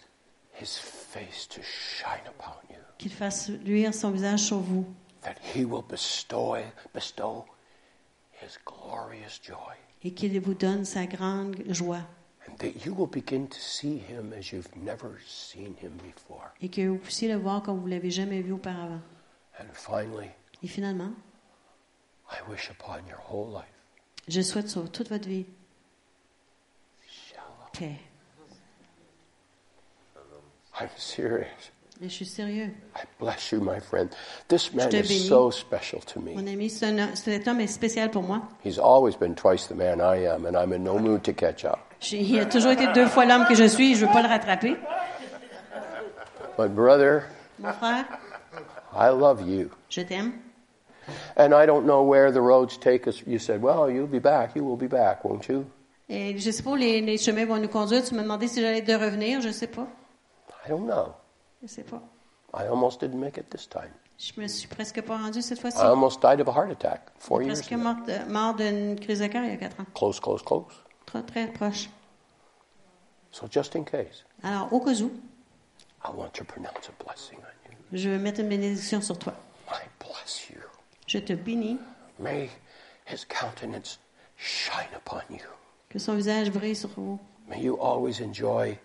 His face to shine upon you, qu'il fasse luire son visage sur vous, that He will bestow, bestow His glorious joy, et qu'il vous donne sa grande joie, and that you will begin to see Him as you've never seen Him before. et que vous puissiez le voir comme vous l'avez jamais vu auparavant. And finally, Et finalement, I wish upon your whole life je souhaite sur toute votre vie shalom. paix. I'm serious. Mais je suis sérieux. I bless you, my friend. This man te is bénis. so special to Mon me. ami, c'est un- cet homme est spécial pour moi. He's always been twice the man I am, and I'm in no mood to catch up. Je- il a toujours été deux fois l'homme que je suis, je ne veux pas le rattraper. But, brother, Mon frère, I love you. je t'aime. And I don't know where the roads take us. You said, Well, you'll be back. You will be back, won't you? Et je sais pas où les, les chemins vont nous conduire. Tu me demandais si j'allais de revenir, je sais pas. I don't know. Je sais pas. I almost didn't make it this time. Je me suis presque pas rendue cette fois-ci. I almost died of a heart attack four years presque ago. morte, euh, mort d'une crise de cœur il y a quatre ans. Close, close, close. Très, très proche. So, just in case, Alors, au cas où, I want to pronounce a blessing on you. je vais mettre une bénédiction sur toi. I bless you. Je te bénis, May his countenance shine upon you. que son visage brille sur vous, May you always enjoy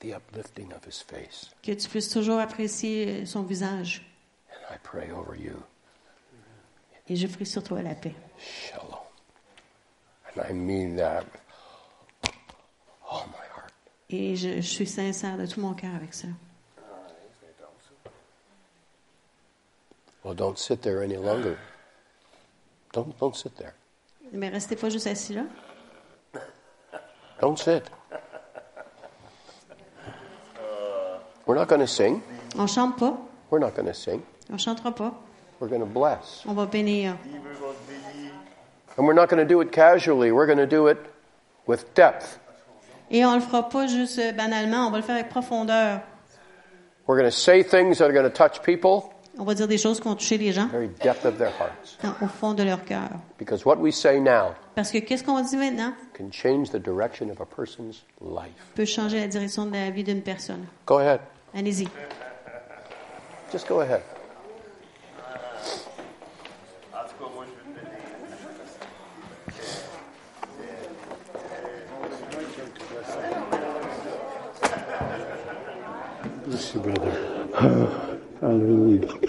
the uplifting of his face. que tu puisses toujours apprécier euh, son visage. And I pray over you, Et je prie sur toi la paix. shalom. And I mean that with all my heart. Et je, je suis sincère de tout mon cœur avec ça. Well, don't sit there any longer. Don't, don't sit there. Mais restez pas juste assis là. Don't sit. We're not going to sing. On chante pas. We're not going to sing. On chantera pas. We're going to bless. On va bénir. And we're not going to do it casually. We're going to do it with depth. Et on le fera pas juste euh, banalement. On va le faire avec profondeur. We're going to say things that are going to touch people, On va dire des choses qui vont toucher les gens very depth of their hearts. hein, au fond de leur cœur. Because what we say now Parce que qu'est-ce qu'on dit maintenant can change the direction of a person's life. peut changer la direction de la vie d'une personne. Go ahead. Allez-y. Just go ahead. Merci, brother. Hallelujah.